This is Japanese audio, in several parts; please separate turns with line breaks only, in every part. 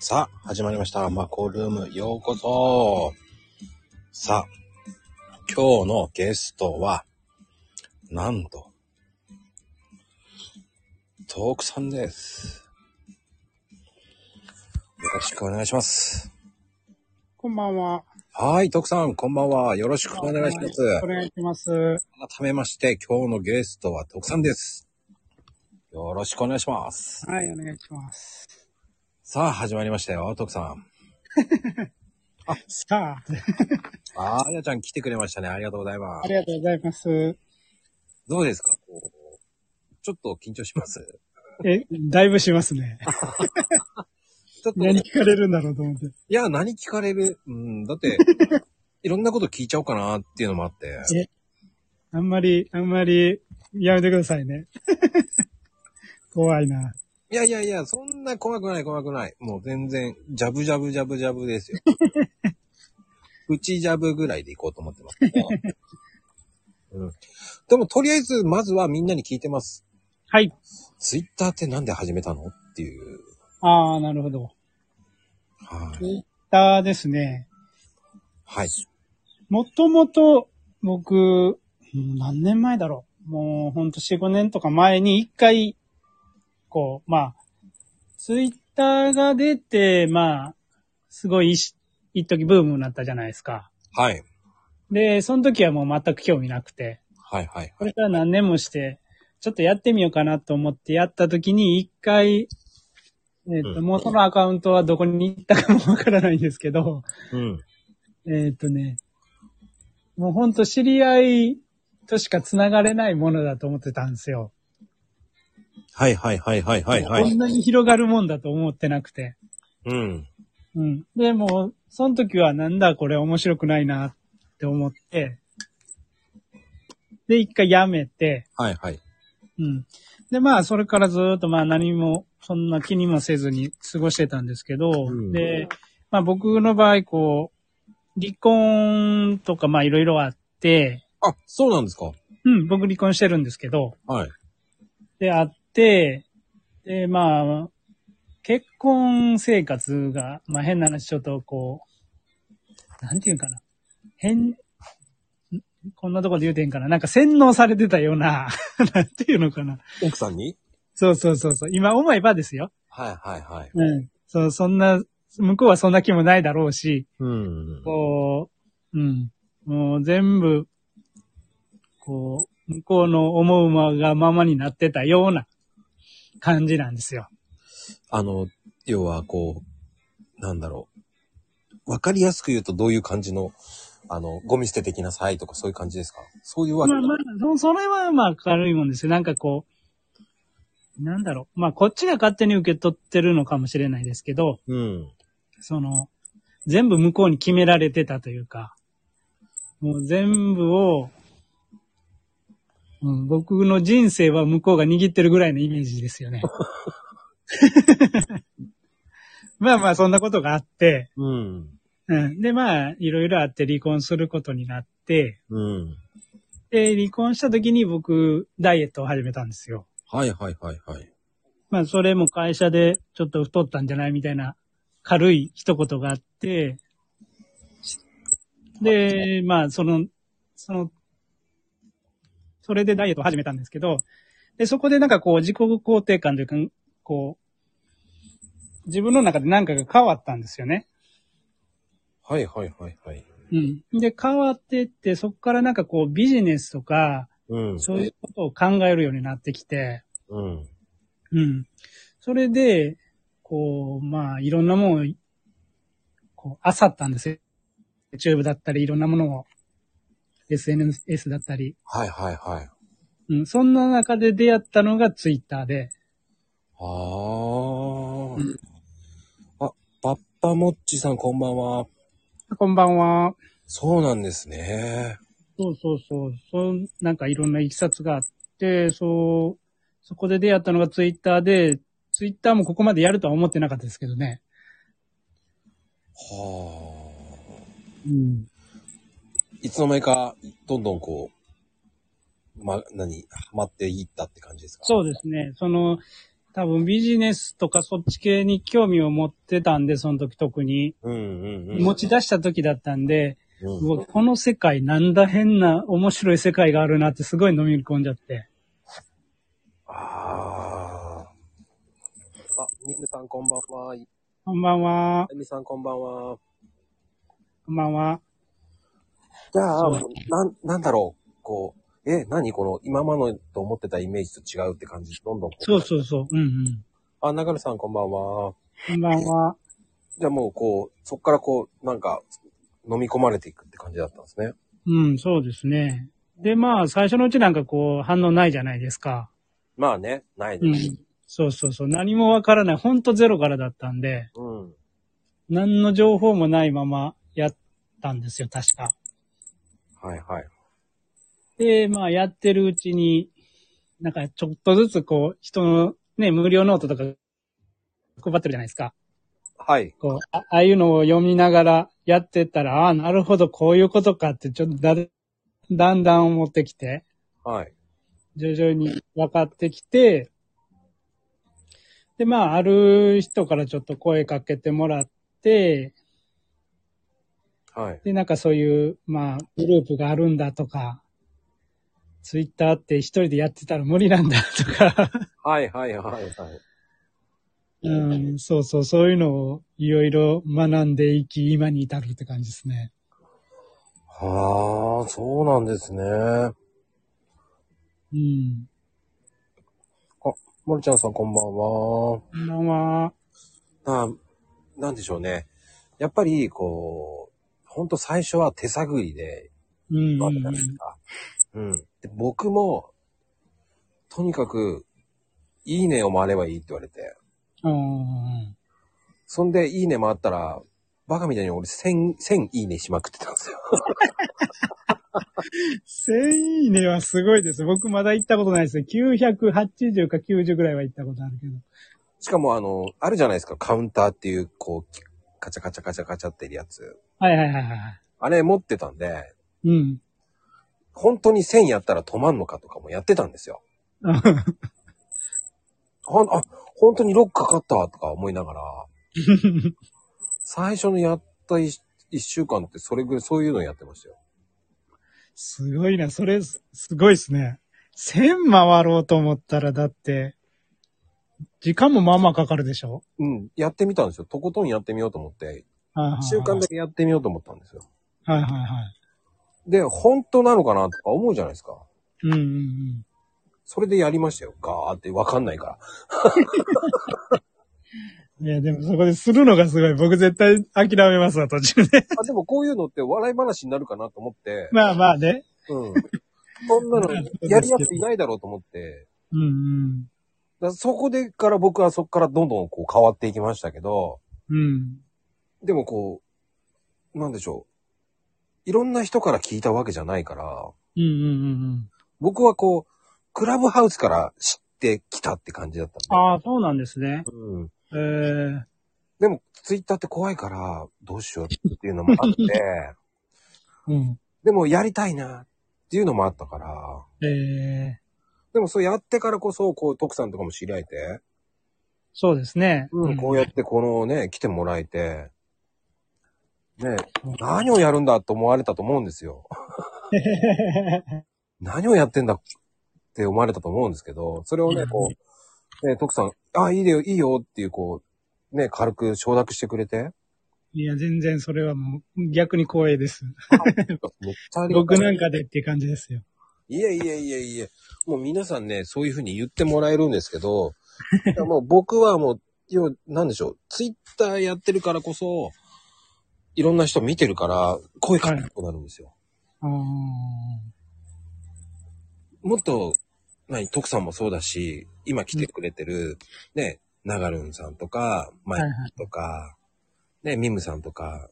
さあ、始まりました。マコルーム、ようこそ。さあ、今日のゲストは、なんと、トークさんです。よろしくお願いします。
こんばんは。
はい、徳さん、こんばんは。よろしくお願いします。
お願いします。改
めまして、今日のゲストは徳さんです。よろしくお願いします。
はい、お願いします。
さあ、始まりましたよ、徳さん。
あ、さ
あ。ああ、あやちゃん来てくれましたね。ありがとうございます。
ありがとうございます。
どうですかちょっと緊張し ます
え、だいぶしますね。ちょっと、ね、何聞かれるんだろうと思って。い
や、何聞かれるうん、だって、 いろんなこと聞いちゃおうかなっていうのもあって。
え、あんまり、あんまり、やめてくださいね。 怖いな。
いやいやいや、そんな怖くない怖くない。もう全然、ジャブジャブジャブジャブです よ。プチジャブぐらいでいこうと思ってますけど。うん。でも、とりあえず、まずはみんなに聞いてます。
はい。
ツイッターってなんで始めたのっていう。
ああ、なるほど。
はい。
ツイッターですね。
はい。
もともと、僕、何年前だろう。もう、ほんと4、5年とか前に一回、こう、まあ、ツイッターが出て、まあ、すごい一、一時ブームになったじゃないですか。
はい。
で、その時はもう全く興味なくて。
はいはい、はい。
これから何年もして、ちょっとやってみようかなと思ってやった時に一回、えっ、ー、と、うん、もうそのアカウントはどこに行ったかもわからないんですけど、
うん。
えっ、とね、もうほんと知り合いとしか繋がれないものだと思ってたんですよ。。
はいはいはいはいはい、はい
こんなに広がるもんだと思ってなくて。
うん。
うん。でも、その時はなんだこれ面白くないなって思って、で、一回やめて、
はいはい。
うん。で、まあ、それからずっとまあ何もそんな気にもせずに過ごしてたんですけど、うん、で、まあ僕の場合、こう、離婚とかまあいろいろあって、
あ、そうなんですか
うん、僕離婚してるんですけど、
はい。
で、あって、で、まあ、結婚生活が、まあ変な話、ちょっとこう、なんていうかな。変、こんなとこで言うてんかな。なんか洗脳されてたような、 なんていうのかな。
奥さんに
そうそうそうそう。今思えばですよ。
はいはいはい。
うん。そう、そんな、向こうはそんな気もないだろうし。
うん。
こう、うん。もう全部、こう、向こうの思うまがままになってたような感じなんですよ。
あの、要はこう、なんだろう。わかりやすく言うとどういう感じのあの、ゴミ捨ててきなさいとかそういう感じですかそういうわけ
まあまあ、そそれはまあ軽いもんですよ。なんかこう、なんだろう。まあこっちが勝手に受け取ってるのかもしれないですけど、
うん。
その、全部向こうに決められてたというか、もう全部を、うん、僕の人生は向こうが握ってるぐらいのイメージですよね。 まあまあそんなことがあって、
うん。
うん。で、まあ、いろいろあって離婚することになって、
うん。
で、離婚した時に僕、ダイエットを始めたんですよ。
はいはいはいはい。
まあ、それも会社でちょっと太ったんじゃないみたいな軽い一言があって、で、まあ、その、その、それでダイエットを始めたんですけど、で、そこでなんかこう、自己肯定感というか、こう、自分の中で何かが変わったんですよね。
はいはいはいはい。
うん。で、変わってって、そこからなんかこうビジネスとか、
うん、
そういうことを考えるようになってきて、
うん。
うん。それで、こう、まあ、いろんなものを、こう、あさったんですよ。YouTube だったり、いろんなものを、SNS だったり。
はいはいはい。
うん。そんな中で出会ったのが Twitter で。
ああ、うん。あ、パッパモッチさんこんばんは。
こんばんは。
そうなんですね。
そうそうそう。そう、なんかいろんな行きさつがあって、そう、そこで出会ったのがツイッターで、ツイッターもここまでやるとは思ってなかったですけどね。
は
あ。うん。
いつの間にか、どんどんこう、ま、何、ハマっていったって感じですか
そうですね。その、多分ビジネスとかそっち系に興味を持ってたんで、その時特に。
うんうんうん。
持ち出した時だったんで、
うん
うわこの世界なんだ変な面白い世界があるなってすごい飲み込んじゃって。
あー。あ、ミルさんこんばんは。い
こんばんは。
みさんこんばんは。
こんばんは。
じゃあ、なん、なんだろう。こう、え、何この、今までのと思ってたイメージと違うって感じ。どんどん。
そうそうそう。うんうん。
あ、中野さんこんばんは。
こんばんは。
じゃあもうこう、そっからこう、なんか、飲み込まれていくって感じだったんですね。
うん、そうですね。で、まあ、最初のうちなんかこう、反応ないじゃないですか。
まあね、ないうです。
ん。そうそうそう。何もわからない。ほんとゼロからだったんで、
うん。
何の情報もないままやったんですよ、確か。
はいはい。
で、まあ、やってるうちに、なんかちょっとずつこう、人のね、無料ノートとか配ってるじゃないですか。
はい。
こう、あああいうのを読みながらやってったら、ああ、なるほど、こういうことかって、ちょっとだれ、だんだん思ってきて、
はい。
徐々に分かってきて、で、まあ、ある人からちょっと声かけてもらって、
はい。
で、なんかそういう、まあ、グループがあるんだとか、ツイッターって一人でやってたら無理なんだとか、
はいはいはいはい。
うん、そうそう、そういうのをいろいろ学んでいき、今に至るって感じですね。
はあ、そうなんですね。あ、
うん。
まるちゃんさんこんばん
こんばんは。
は。な、なんでしょうね。やっぱり、こう、ほんと最初は手探りで
うん
ま
う
あ
ん
なんかうんで僕も、とにかく、いいねを回ればいいって言われて、
うん。
そんで、いいね回ったら、バカみたいに俺1000、1000いいねしまくってたんですよ。
1000いいねはすごいです。僕まだ行ったことないですよ。980か90ぐらいは行ったことあるけど。
しかも、あの、あるじゃないですか、カウンターっていう、こう、カチャカチャカチャカチャってやつ。
はいはいはいはい。
あれ持ってたんで、
うん。
本当に1000やったら止まんのかとかもやってたんですよ。ほん、あ、本当にロックかかったわとか思いながら、最初のやった1週間ってそれぐらい、そういうのやってましたよ。
すごいな。それ、すすごいですね。1000回ろうと思ったら、だって、時間もまあまあかかるでしょ
うん、やってみたんですよ。とことんやってみようと思って、
はいはいはい
一週間だけやってみようと思ったんですよ。
はいはいはい。
で、本当なのかなとか思うじゃないですか。
うんうんうん。
それでやりましたよ。ガーってわかんないから。
いや、でもそこでするのがすごい。僕絶対諦めますわ、途中で。
あでもこういうのって笑い話になるかなと思って、
まあまあね。
うん。 そんなのやるやついないだろうと思って、
うんう
だ
ん。
からそこでから僕はそこからどんどんこう変わっていきましたけど、
うん。
でもこう、なんでしょう。いろんな人から聞いたわけじゃないから、
うんうんうんうん。
僕はこう、クラブハウスから知ってきたって感じだったんで。
ああ、そうなんですね。
うん。
えー、
でも、ツイッターって怖いから、どうしようっていうのもあって、
うん。
でもやりたいなっていうのもあったから、
えー、
でもそうやってからこそ、こう、徳さんとかも知り合えて、
そうですね。
うん、こうやってこのね、来てもらえて、ね、何をやるんだと思われたと思うんですよ。 何をやってんだって思われたと思うんですけど、それをね、こう、ね、徳さん、あ、いいよ、いいよっていう、こう、ね、軽く承諾してくれて、
いや、全然それはもう逆に光栄です。
めっちゃありがたい
僕なんかでっていう感じですよ。
いえいえいえいえ、もう皆さんね、そういうふうに言ってもらえるんですけど、いやもう僕はもう、要は、なんでしょう、ツイッターやってるからこそ、いろんな人見てるから、声かけなくなるんですよ。
あー
もっと、何、徳さんもそうだし、今来てくれてる、ね、ながるんさんとか、マイ
はいは
クとか、ね、ミムさんとか、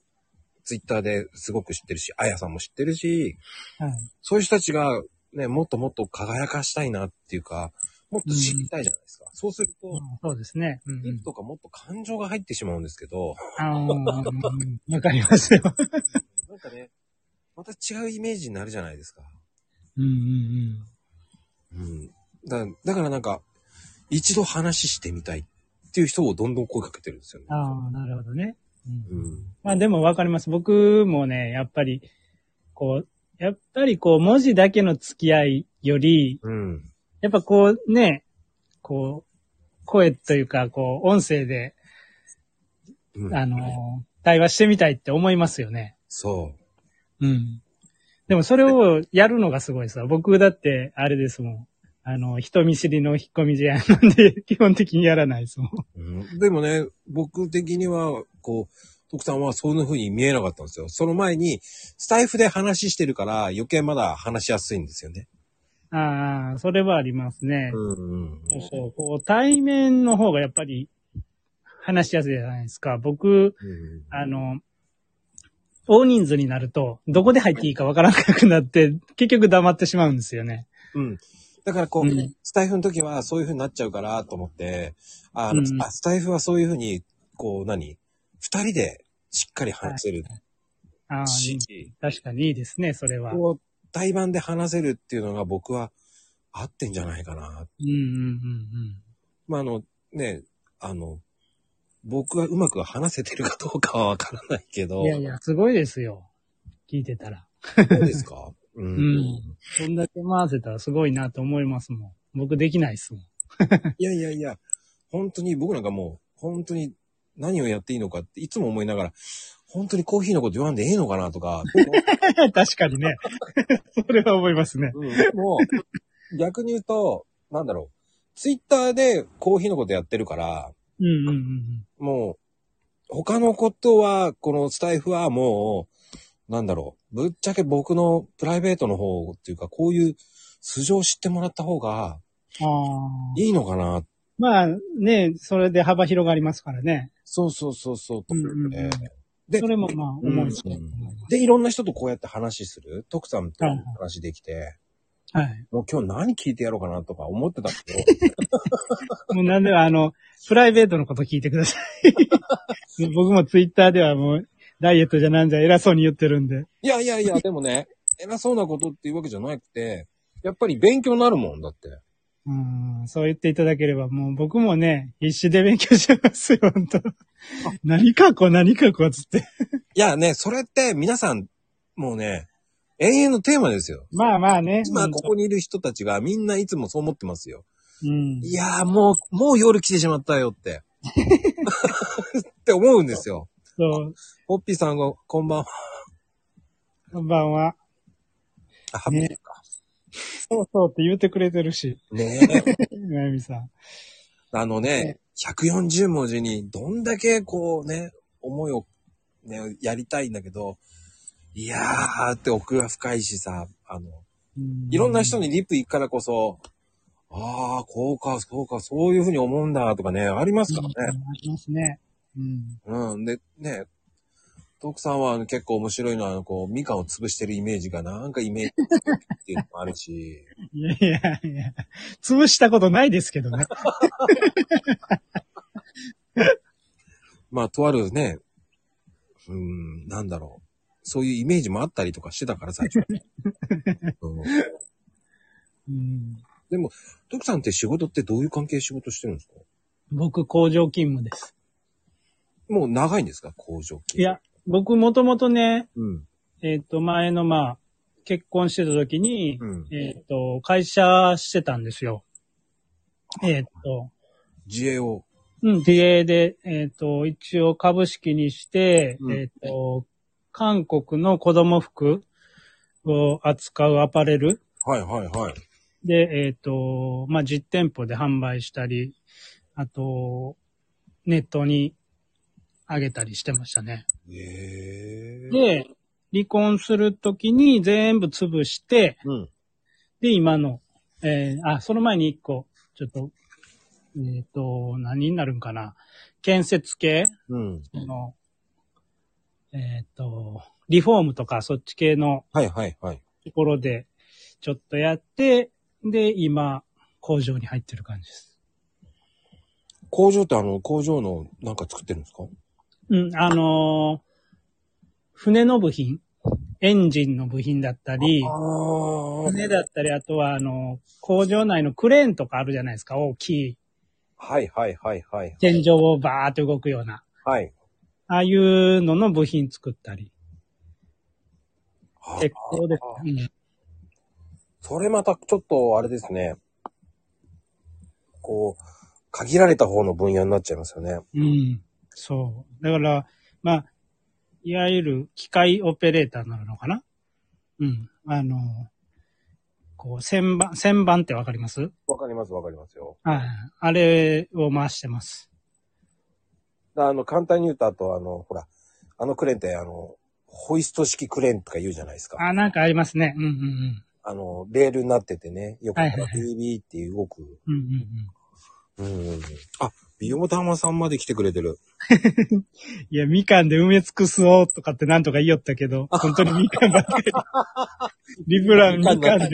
ツイッターですごく知ってるし、あやさんも知ってるし、
はい。
そういう人たちが、ね、もっともっと輝かしたいなっていうか、もっと知りたいじゃないですか。そうすると、
そうですね。うん
いつとかもっと感情が入ってしまうんですけど、
あー わかりますよ。
なんかね、また違うイメージになるじゃないですか。
うんうんうん。
うん。だだからなんか、一度話してみたいっていう人をどんどん声かけてるんですよね。
ああ、なるほどね。うん
うん。
まあでもわかります。僕もね、やっぱり、こう、やっぱりこう、文字だけの付き合いより、
うん。
やっぱこうね、こう、声というか、こう、音声で、
うん、
あのー、対話してみたいって思いますよね。
そう。
うん。でもそれをやるのがすごいですわ。僕だって、あれですもん。あの、人見知りの引っ込み思案なんで、 基本的にやらないですもん。
うんでもね、僕的には、こう、徳さんはそんな風に見えなかったんですよ。その前に、スタイフで話してるから余計まだ話しやすいんですよね。
ああ、それはありますね。
うん、
そうそう。こう、対面の方がやっぱり、話しやすいじゃないですか。僕、
うん。
あの、大人数になると、どこで入っていいかわからなくなって、結局黙ってしまうんですよね。
うん。だからこう、
うん
スタイフの時はそういう風になっちゃうからと思って、あの、
うん
あスタイフはそういう風に、こう何二人でしっかり話せる
ああ、
し、
確かにいいですね、それは。うん
こう、対バンで話せるっていうのが僕は合ってんじゃないかな。
うんうん
まあ、あの、ね、あの、僕はうまく話せてるかどうかはわからないけ
う
ど、
ん。いやいや、すごいですよ。聞いてたら。
どうですかうん
うんそんだけ回せたらすごいなと思いますもん。僕できないっすもん。
いやいやいや、本当に僕なんかもう、本当に何をやっていいのかっていつも思いながら、本当にコーヒーのこと言わんでええのかなと か、
確かにね。 それは思いますね。
うん、でも、逆に言うと、なんだろう。ツイッターでコーヒーのことやってるから、
うんうんうん
もう、他のことは、このスタイフはもう、なんだろう。ぶっちゃけ僕のプライベートの方っていうか、こういう素性を知ってもらった方が
うん。ああ。
いいのかな。
まあね、それで幅広がりますからね。
そうそうそうそう。と
うんうんうん
えーで
それもまあ、
うん
思いつくと思います。
で、いろんな人とこうやって話する。徳さんと話できて、
はい。
もう今日何聞いてやろうかなとか思ってたけ ど、
もうなんで、あの、プライベートのこと聞いてくださ い。僕もツイッターではもう、ダイエットじゃなんじゃ偉そうに言ってるんで。
いやいやいや、でもね、偉そうなことっていうわけじゃなくて、やっぱり勉強になるもんだって。
うん、そう言っていただければ、もう僕もね、必死で勉強しますよ、本当何かこう、何かこう、つって。
いやね、それって皆さん、もうね、永遠のテーマですよ。
まあまあね。
今ここにいる人たちがみんないつもそう思ってますよ。
うん。
いやーもう、もう夜来てしまったよって。って思うんですよ。
そう、
ホッピーさんが、こんばんは。
こんばんは。
あハッピーか。
そうそうって言ってくれてるし、
ねえ。
なやみさん。
あのね、140文字にどんだけこうね、思いをね、やりたいんだけど、いやーって奥が深いしさ、あの、
うん
いろんな人にリプ行くからこそ、ああ、こうか、そうか、そういうふうに思うんだとかね、ありますからね。
うんありますね。うん。
うん。で、ね、徳さんはあの結構面白いのは、あのこう、みかんを潰してるイメージが、なんかイメージっていうのもあるし、
いやいやいや、潰したことないですけどね。
まあ、とあるね、うん、なんだろう。そういうイメージもあったりとかしてたから、最 初。うん
うん、
徳さんって仕事ってどういう関係で仕事してるんですか
僕、工場勤務です。
もう長いんですか工場勤
いや、僕もともとね、
うん。
えっ、と、前のまあ、結婚してた時に、
うん。
えっ、と、会社してたんですよ。えっ、と、
自営を。
うん、DA で、えっ、と、一応株式にして、
うん
えっ、と、韓国の子供服を扱うアパレル
はいはいはい。
で、えっ、と、まあ、実店舗で販売したり、あと、ネットに上げたりしてましたね。
ええー。
で、離婚するときに全部潰して、
うん。
で、今の、えーあ、その前に一個、ちょっと、えっ、と、何になるんかな。建設系
うん。
その、えっ、と、リフォームとかそっち系の
はいはいはい。
ところで、ちょっとやって、で、今、工場に入ってる感じです。
工場ってあの、工場のなんか作ってるんですか
うん、あのー船の部品、エンジンの部品だったり、
ああ。
船だったり、あとは、あの、工場内のクレーンとかあるじゃないですか、大きい。
はいはいはいはい。
天井をバーっと動くような、
はい。
ああいうのの部品作ったり。
あ
鉄鋼ですね、うん
それまたちょっとあれですね。こう、限られた方の分野になっちゃいますよね。
うん。そう。だから、まあ、いわゆる機械オペレーターになるのかなうん。あの、こう、旋盤、旋盤ってわかります
わかりますわかりますよ。
はい。あれを回してます。
あの、簡単に言うと、あとあの、ほら、あのクレーンってあの、ホイスト式クレーンとか言うじゃないですか。
あ、なんかありますね。うんうん
あの、レールになっててね、横から
はいはいはい
ビービーっていう動く。
うん。うんうん
うんうんうん。あ、ビヨモタマさんまで来てくれてる。
うん。いや、みかんで埋め尽くそうとかってなんとか言いよったけ ど、本当にみかんばっかり。リブランみかんで埋め。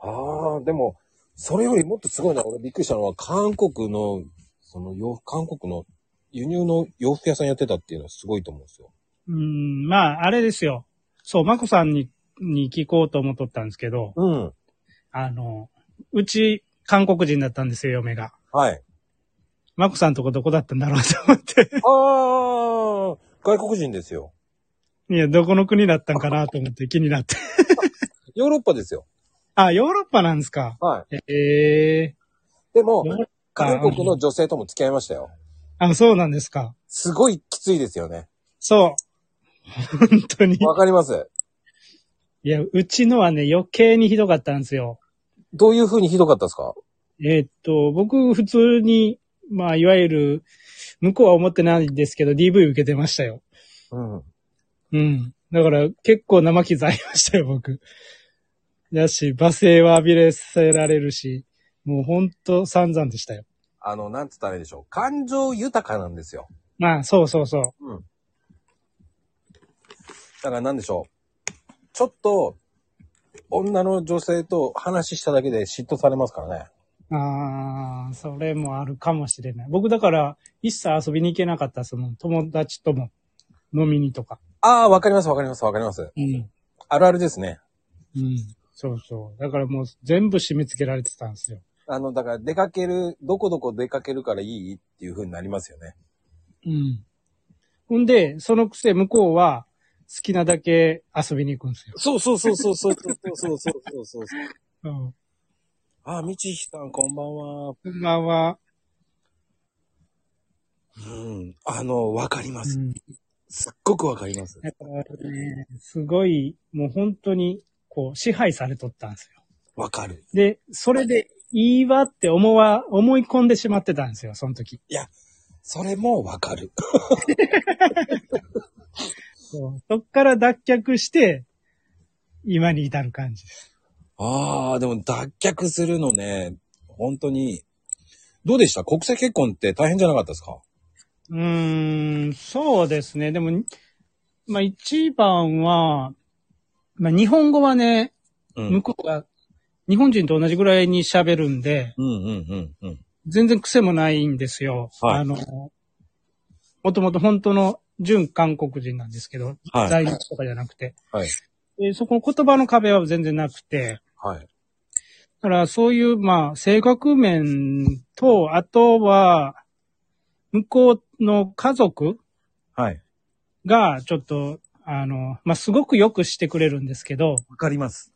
ああ、でも、それよりもっとすごいな。俺びっくりしたのは、韓国の、その洋服、韓国の輸入の洋服屋さんやってたっていうのはすごいと思うんですよ。
うん、まあ、あれですよ。そう、まこさんに、に聞こうと思っとったんですけど、
うん。
あの、うち、韓国人だったんですよ、嫁が。
はい。
マコさんとこどこだったんだろうと思って。
ああ、外国人ですよ。
いや、どこの国だったんかなと思って気になって。
ヨーロッパですよ。
あ、ヨーロッパなんですか。
はい。
ええ
でも
ー。、ヨーロッ
韓
パ
国の女性とも付き合いましたよ。
あ、そうなんですか。
すごいきついですよね。
そう。本当 に。
わかります。
いや、うちのはね、余計にひどかったんですよ。
どういう風にひどかったですか
えーっと、僕、普通に、まあ、いわゆる、向こうは思ってないんですけど、DV 受けてましたよ。
うん。
うん。だから結構生傷ありましたよ、僕。だし、罵声は浴びれせられるし、もうほんと散々でしたよ。
あの、なんつったらいいでしょう。感情豊かなんですよ。
まあ、そうそうそう。
うん。だからなんでしょう。ちょっと、女の女性と話しただけで嫉妬されますからね。
ああ、それもあるかもしれない。僕だから、一切遊びに行けなかったですもん。友達とも、飲みにとか。
ああ、わかりますわかりますわかります。
うん。
あるあるですね。
うん。そうそう。だからもう全部締め付けられてたんですよ。
あの、だから出かける、どこどこ出かけるからいいっていう風になりますよね。
うん。ほんで、そのくせ向こうは、好きなだけ遊びに行くんですよ。
そうそうそうそうそうそうそうそうそうそう。
うん。
ああ、みちひさんこんばんは。
こんばんは。
うん。あの、わかります。
うん
すっごくわかります。
だからね、すごい、もう本当に、こう、支配されとったんですよ。
わかる。
で、それで、いいわって思わ、思い込んでしまってたんですよ、その時。
それもわかる。
そうそっから脱却して、今に至る感じです。
ああ、でも脱却するのね、本当に。どうでした国際結婚って大変じゃなかったですか
うーん、そうですね。でも、まあ一番は、まあ日本語はね、
う
向。こうが、日本人と同じぐらいに喋るんで、
うんうんうんうん。
全然癖もないんですよ。
はい
あの、もともと本当の純韓国人なんですけど、
はい。
在日とかじゃなくて。
はい。
でそこの言葉の壁は全然なくて、
はい。
だからそういう、まあ、性格面と、あとは、向こうの家族
はい。
が、ちょっと、あの、まあ、すごくよくしてくれるんですけど、
わかります。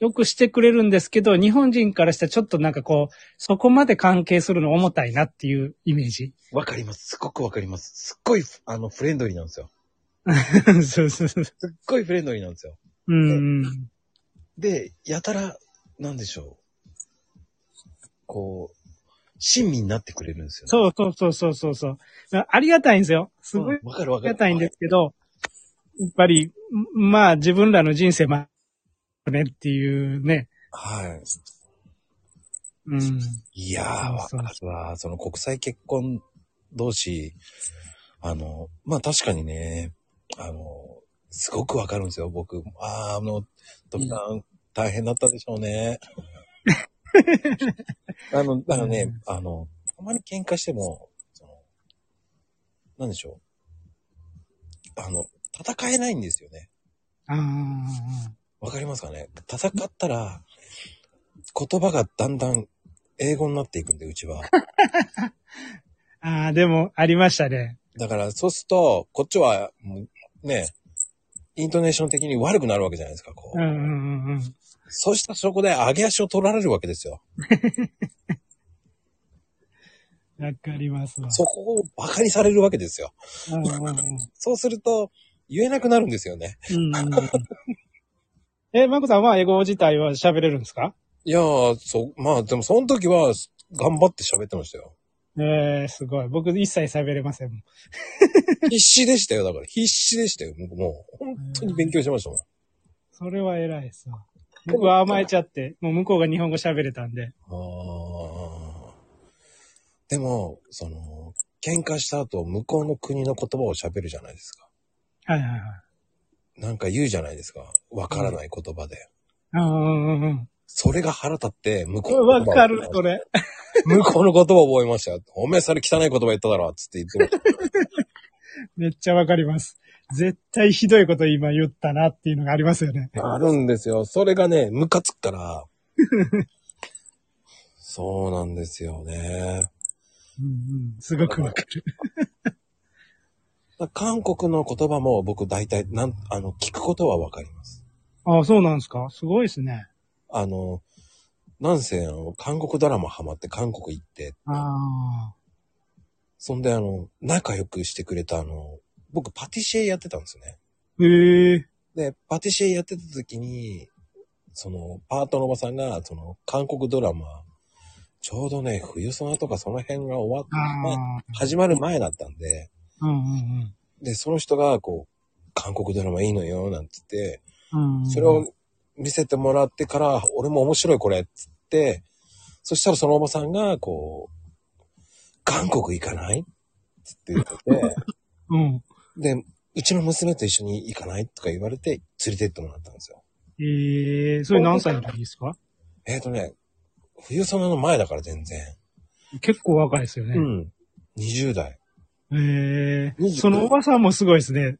よくしてくれるんですけど、日本人からしたらちょっとなんかこう、そこまで関係するの重たいなっていうイメージ。
わかります。すっごくわかります。すっごい、あの、フレンドリーなんですよ。
そうそうそう。
すっごいフレンドリーなんですよ。
うん。
で、やたら、なんでしょう。こう、親身になってくれるんですよ、
そうそうそうそうそうそう。ありがたいんですよ。すごい
うんわかるわ
あ
か
り
る。
がたいんですけど、やっぱり、んまあ自分らの人生まあねっていうね。
はい。
うん。
いやー、わ
そ
か
うそう
るわ。その国際結婚同士、あの、まあ確かにね、あの、すごくわかるんですよ、僕。あーあの、徳さん、大変だったでしょうね。あの、だからね、あの、たまに喧嘩しても、その、なんでしょう。あの、戦えないんですよね。
あ
わかりますかね戦ったら、言葉がだんだん英語になっていくんで、うちは。
ああ、でも、ありましたね。
だから、そうすると、こっちは、もうね、イントネーション的に悪くなるわけじゃないですか、こ
う
う。
んうんうんうん。
そうしたらそこで上げ足を取られるわけですよ。
わかりますわ。
そこを馬鹿にされるわけですよ。
うんうんうん
そうすると、言えなくなるんですよね。
うん うんうん。え、マコさんは英語自体は喋れるんですか
いやー、そう、まあでもその時は頑張って喋ってましたよ。
えー、すごい。僕一切喋れませんもん。
必死でしたよ、だから。必死でしたよ。僕もう、本当に勉強してましたもん。
それは偉いですわ。僕は甘えちゃって、もう向こうが日本語喋れたんで。
あーでも、その、喧嘩した後、向こうの国の言葉を喋るじゃないですか。
はいはいはい。
なんか言うじゃないですか。わからない言葉で。
うんうんうんうん
それが腹立って、向こう
うん。
の
わ
言葉を
かる、それ。
向こうの言葉を覚えましたよ。おめえそれ汚い言葉言っただろ、つって言ってました。
めっちゃわかります。絶対ひどいこと今言ったなっていうのがありますよね。
あるんですよ。それがね、ムカつくから。 そうなんですよね。
うんうん。すごくわかる。
韓国の言葉も僕大体、なん、あの、聞くことはわかります。
ああ、そうなんですかすごいですね。
あの、なんせ、あの、韓国ドラマハマって韓国行って、
ああ。
そんであの、仲良くしてくれたあの、僕パティシエやってたんですよね。
へえ。
で、パティシエやってた時に、その、パートのおばさんが、その、韓国ドラマ、ちょうどね、冬ソナとかその辺が終わっ
ああ。
始まる前だったんで、
うんうん
で、その人が、こう、韓国ドラマいいのよ、なんつって、
うん。うん。
それを見せてもらってから、俺も面白いこれ、つって、そしたらそのおばさんが、こう、韓国行かないつって言って
うん。
て、で、うちの娘と一緒に行かないとか言われて、連れてってもらったんですよ。
ええそれ何歳の時ですか
えっ、とね、冬ソナの前だから全然。
結構若いですよね。
うん。20代。
ええ
25
そのおばさんもすごいですね。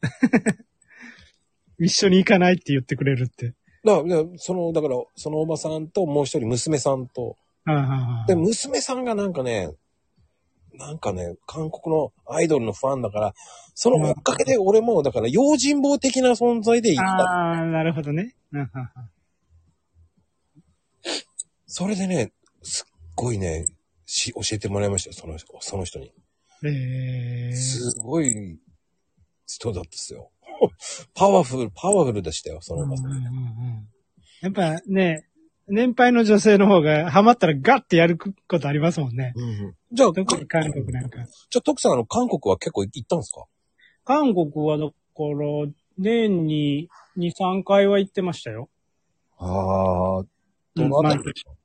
一緒に行かないって言ってくれるって。
だから、だからその、だから、そのおばさんと、もう一人娘さんと。
はいはいはい
で、娘さんがなんかね、なんかね、韓国のアイドルのファンだから、そのおかげで俺も、だから、用心棒的な存在で行った。
ああ、なるほどね。うんうんうん
それでね、すっごいね、し、教えてもらいましたよ、その人、その人に。
ええ
すごい人だったですよ。 パワフル、パワフルでしたよ、そのおばさん。
うんうんうんやっぱね、年配の女性の方がハマったらガッてやることありますもんね。
うんじゃあ、
特に
か
韓国なんか。
じゃあ、徳さん、あの、韓国は結構行ったんですか
韓国はだから、年に2、3回は行ってましたよ。
ああ、どのあたりでしょ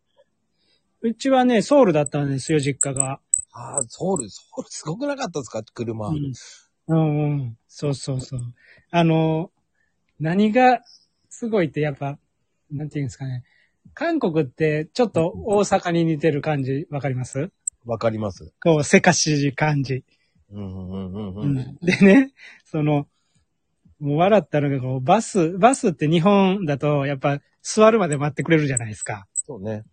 う
うちはね、ソウルだったんですよ、実家が。
ああ、ソウル、ソウルすごくなかったですか車。
うん。うんうん。そうそうそう。あの、何がすごいってやっぱ、なんていうんですかね。韓国ってちょっと大阪に似てる感じ、わかります
わかります。
こう、せかしい感じ。
うんうんうんう。
うんんでね、その、もう笑ったのがこう、バス、バスって日本だと、やっぱ座るまで待ってくれるじゃないですか。
そうね。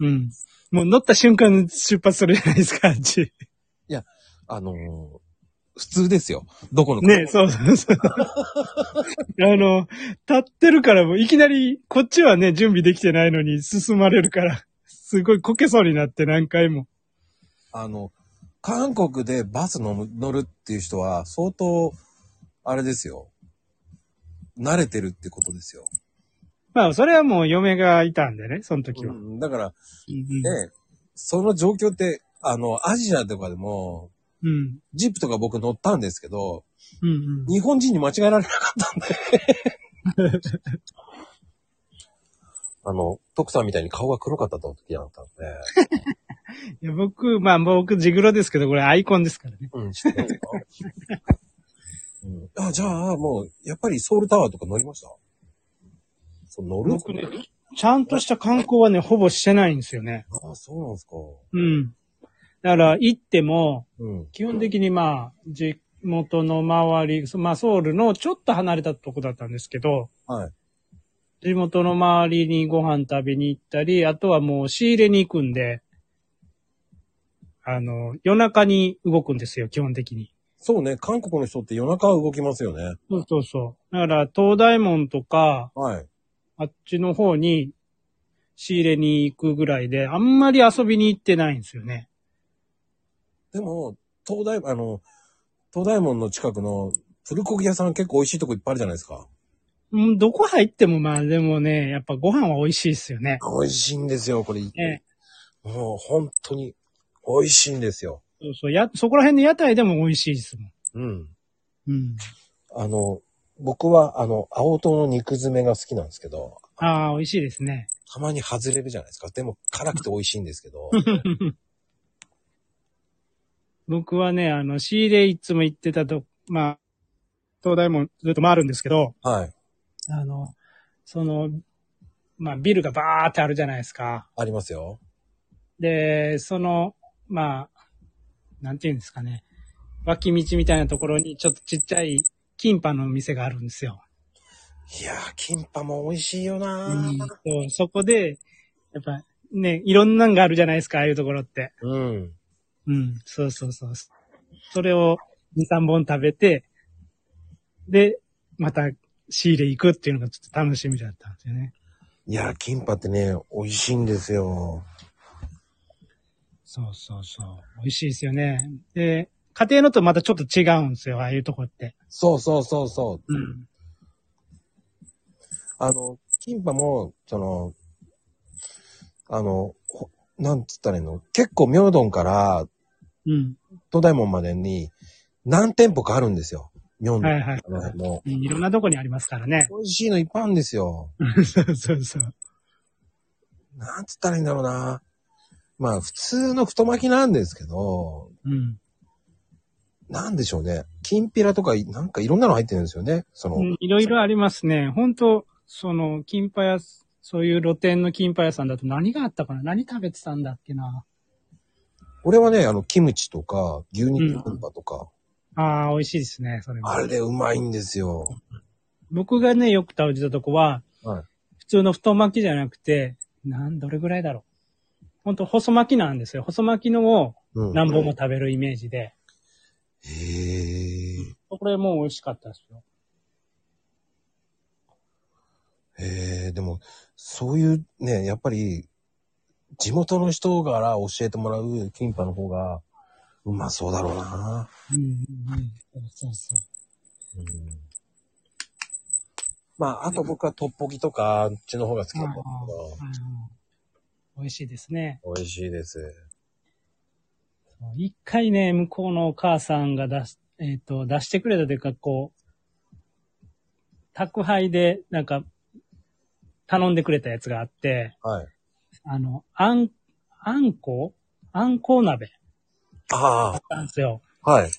うん。もう乗った瞬間に出発するじゃないですか、あっち。
あのー普通ですよ。どこの国
ね、そうそうそう。 あの、立ってるからもういきなり、こっちはね、準備できてないのに進まれるから、すごいこけそうになって何回も。
あの、韓国でバスの乗るっていう人は、相当、あれですよ。慣れてるってことですよ。
まあ、それはもう嫁がいたんでね、その時は。
うん、だから、
うん
ね、その状況って、あの、アジアとかでも、
うん。
ジップとか僕乗ったんですけど、
うんうん。
日本人に間違えられなかったんで。 あの、徳さんみたいに顔が黒かった時だったんで。
いや僕、まあ僕、ジグロですけど、これアイコンですからね。
うん、知ってますか、うん、あ、じゃあ、もう、やっぱりソウルタワーとか乗りましたそう乗る
僕ね、ちゃんとした観光はね、ほぼしてないんですよね。
あ、そうなんですか。
うん。だから、行っても、
うん。
基本的にまあ、地元の周り、そまあ、ソウルのちょっと離れたとこだったんですけど、
はい。
地元の周りにご飯食べに行ったり、あとはもう仕入れに行くんで、あの、夜中に動くんですよ、基本的に。
そうね、韓国の人って夜中は動きますよね。
そうそうそう。だから、東大門とか、
はい。
あっちの方に仕入れに行くぐらいで、あんまり遊びに行ってないんですよね。
でも、東大、あの、東大門の近くのプルコギ屋さん結構美味しいとこいっぱいあるじゃないですか。
うん、どこ入ってもまあでもね、やっぱご飯は美味しいですよね。
美味しいんですよ、これ。
ええ
もう本当に美味しいんですよ。
そうそう、や、そこら辺の屋台でも美味しいですもん。
うん。
うん。
あの、僕はあの、青唐の肉詰めが好きなんですけど、
ああ、美味しいですね。
たまに外れるじゃないですか。でも辛くて美味しいんですけ ど、
僕はね、あの、仕入れいつも行ってたと、まあ、東大門ずっと回るんですけど、
はい。
あの、その、まあ、ビルがバーってあるじゃないですか。
ありますよ。
で、その、まあ、なんていうんですかね。脇道みたいなところにちょっとちっちゃいキンパの店があるんですよ。
いやー、キンパも美味しいよなー
そうそこで、やっぱね、いろんなんがあるじゃないですか、ああいうところって。
うん。
うん、そうそうそう。それを2、3本食べて、で、また仕入れ行くっていうのがちょっと楽しみだったんですよね。
いやー、キンパってね、美味しいんですよ。
そうそうそう。美味しいですよね。で、家庭のとまたちょっと違うんですよ、ああいうとこって。
そうそうそうそう。
うん。
あの、キンパも、その、あの、ほなんつったらいいの結構、明洞から、
うん。
東大門までに、何店舗かあるんですよ。明洞
はいはい
あの辺も。
うんいろんなとこにありますからね。
美味しいのいっぱいあるんですよ。
そうそうそう。
なんつったらいいんだろうな。まあ、普通の太巻きなんですけど、
うん。
なんでしょうね。きんぴらとか、なんかいろんなの入ってるんですよね。その、
いろいろありますね。本当その、金パ屋、そういう露店の金パ屋さんだと何があったかな何食べてたんだっけな
俺はね、あの、キムチとか、牛肉キンパとか、
ああ、美味しいですね、それ
あ
は。
れでうまいんですよ。
僕がね、よく食べてたとこは、
はい
普通の太巻きじゃなくて、なん、どれぐらいだろう。本当細巻きなんですよ。細巻きのを
うん。
何本も食べるイメージで。
へえ。
これもう美味しかったですよ。
へえ、でも、そういうね、やっぱり、地元の人から教えてもらうキンパの方が、うまそうだろうな。
うん、うん、うん。そうそう。
うん、まあ、あと僕はトッポギとか、あっちの方が好きだったんです
あの美味しいですね。
けど、美味しいです。
一回ね、向こうのお母さんが出し、えっ、と、出してくれたというか、こう、宅配で、なんか、頼んでくれたやつがあって、
はい。
あの、あん、あんこあんこう鍋
あ
なんですよ。
あ、はい。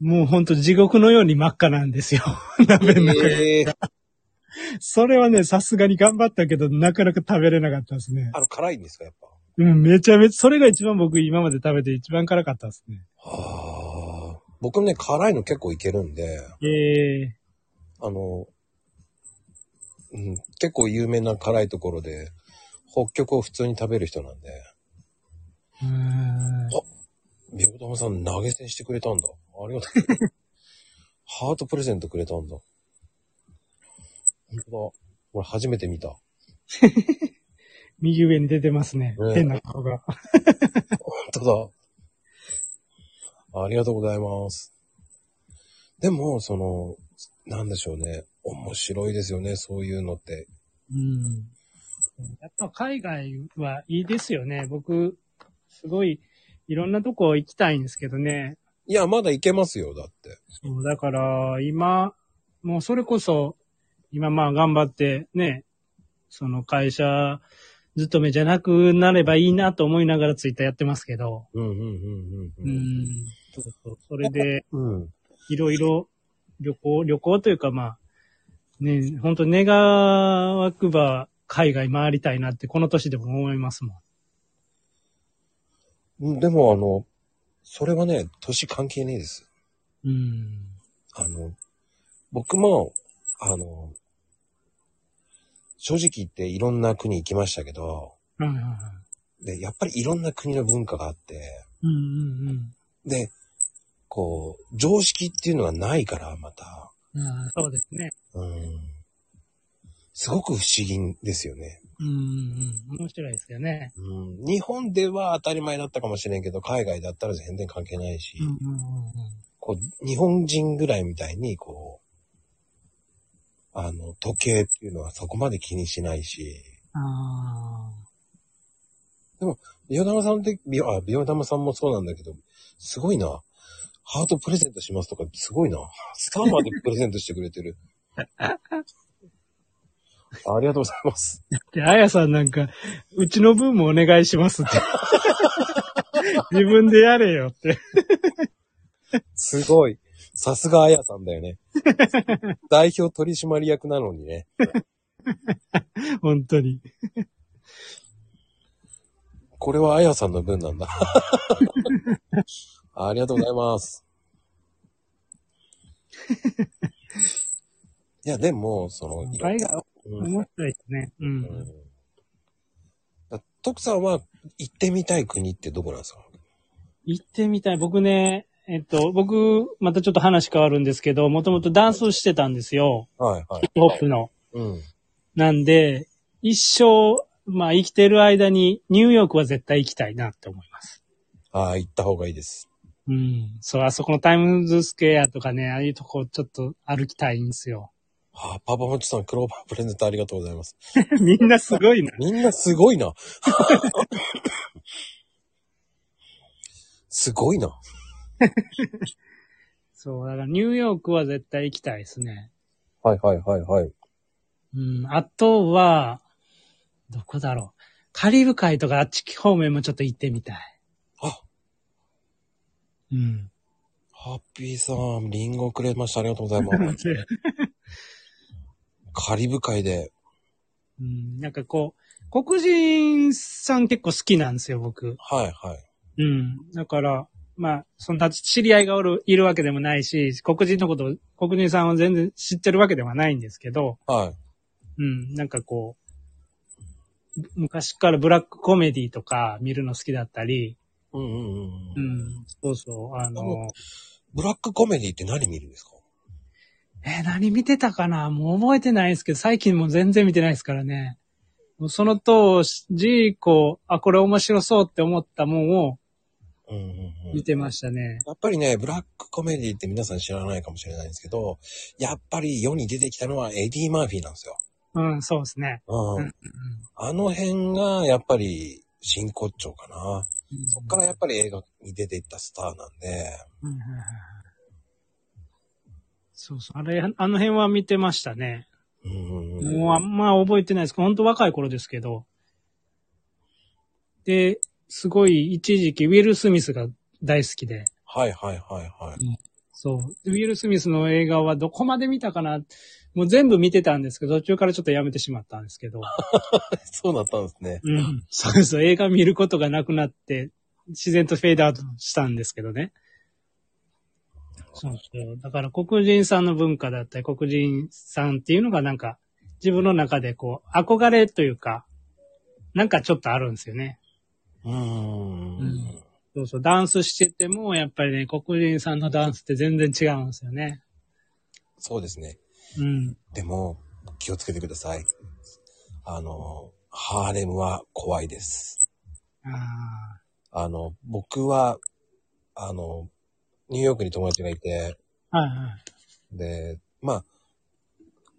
もうほんと地獄のように真っ赤なんですよ。 鍋の中。
ええ
それはね、さすがに頑張ったけど、なかなか食べれなかったですね。
あの、辛いんですか、やっぱ。
うん、めちゃめちゃ、それが一番僕今まで食べて一番辛かったですね。
はあ。僕ね、辛いの結構いけるんで、
ええ
あの、うん、結構有名な辛いところで、北極を普通に食べる人なんで、
うーん
ビオダマさん投げ銭してくれたんだ。ありがとう。 ハートプレゼントくれたんだ。本当だ。俺初めて見た。本
右上に出てますね。
ね
変な顔が。
当だ。ありがとうございます。でも、その、なんでしょうね。面白いですよね、そういうのって。
うん。やっぱ海外はいいですよね。僕、すごい、いろんなとこ行きたいんですけどね。
いや、まだいけますよ、だって。
そう、だから、今、もうそれこそ、今まあ頑張ってね、その会社勤めじゃなくなればいいなと思いながらツイッターやってますけど。
うんうんうんう
うんん。そうそう。それで、
うん。うん。
いろいろ旅行、旅行というかまあ、ね、本当願わくば海外回りたいなってこの年でも思いますもん。
うん、でもあの、それはね、年関係ねえです。
うん。
あの、僕も、あの、正直言っていろんな国行きましたけど、
はいはいはい
で、やっぱりいろんな国の文化があって、
うんうん
で、こう、常識っていうのがないから、また。
うん。ああ、そうですね。
うん。すごく不思議ですよね。
うんうんうん。面白いですよね。
うん。日本では当たり前だったかもしれんけど、海外だったら全然関係ないし、
うんうんうんうん。
こう、日本人ぐらいみたいに、こう、あの、時計っていうのはそこまで気にしないし、
ああ。
美容玉さんって、美容、あ、美容玉さんもそうなんだけど、すごいな。ハートプレゼントしますとか、すごいな。スターまでプレゼントしてくれてる。 ありがとうございます。
で、あやさんなんか、うちの分もお願いし ますって。自分でやれよって。
すごい。さすがあやさんだよね。代表取締役なのにね。
本当に。
これはあやさんの分なんだ。 ありがとうございます。いや、でも、その、いろん
海
な
外、
うん
面白いですね。う。
うんんだ徳さんは行ってみたい国ってどこなんですか
行ってみたい。僕ね、えっと、僕、またちょっと話変わるんですけど、もともとダンスをしてたんですよ。
はいはい。
ヒップホップの。
うん。
なんで、一生、まあ生きてる間にニューヨークは絶対行きたいなって思います。
ああ、行った方がいいです。
うん。そう、あそこのタイムズスクエアとかね、ああいうとこちょっと歩きたいんですよ。
はあ、パパモチさん、クローバープレゼントありがとうございます。
みんなすごいな。
みんなすごい な。すごいな。
そう、だからニューヨークは絶対行きたいですね。
はいはいはいはい。
うん。あとは、どこだろう。カリブ海とかあっち方面もちょっと行ってみたい。
あ、
うん。
ハッピーさん、リンゴくれました。ありがとうございます。カリブ海で。
うん、なんかこう、黒人さん結構好きなんですよ、僕。
はいはい。
うん。だから、まあ、そんな知り合いがおる、いるわけでもないし、黒人のこと、黒人さんを全然知ってるわけではないんですけど、
はい。
うん、なんかこう、ぶ昔からブラックコメディとか見るの好きだったり、
うんうんうんう。
うんん、そうそう、あ
あの
の、
ブラックコメディって何見るんですか
えー何見てたかなもう覚えてないですけど、最近もう全然見てないですからね。もうその当時、こう、あ、これ面白そうって思ったもんを
うんうんうん
見てましたね。
やっぱりね、ブラックコメディって皆さん知らないかもしれないんですけど、やっぱり世に出てきたのはエディ・マーフィーなんですよ。
うん、そうですね。
う
うん
ん。あの辺がやっぱり真骨頂かな。
うん
そっからやっぱり映画に出ていったスターなんで、
はいはいはいはいそうそう。あれ、あの辺は見てましたね。
うんうん
もうあんま覚えてないです。ほんと若い頃ですけど。で、すごい一時期ウィル・スミスが大好きで。
はいはいはいはい。
そう。ウィル・スミスの映画はどこまで見たかなもう全部見てたんですけど、途中からちょっとやめてしまったんですけど。
そうなったんですね。
うん。そうそう。映画見ることがなくなって、自然とフェードアウトしたんですけどね。そうそう。だから黒人さんの文化だったり、黒人さんっていうのがなんか、自分の中でこう、憧れというか、なんかちょっとあるんですよね。
うんうんう。
うんんそうそう。ダンスしてても、やっぱりね、黒人さんのダンスって全然違うんですよね。
そうですね。
うん。
でも、気をつけてください。あの、ハーレムは怖いです。
あ
あの、僕は、あの、ニューヨークに友達がいて、
あ。はいはい。
で、まあ、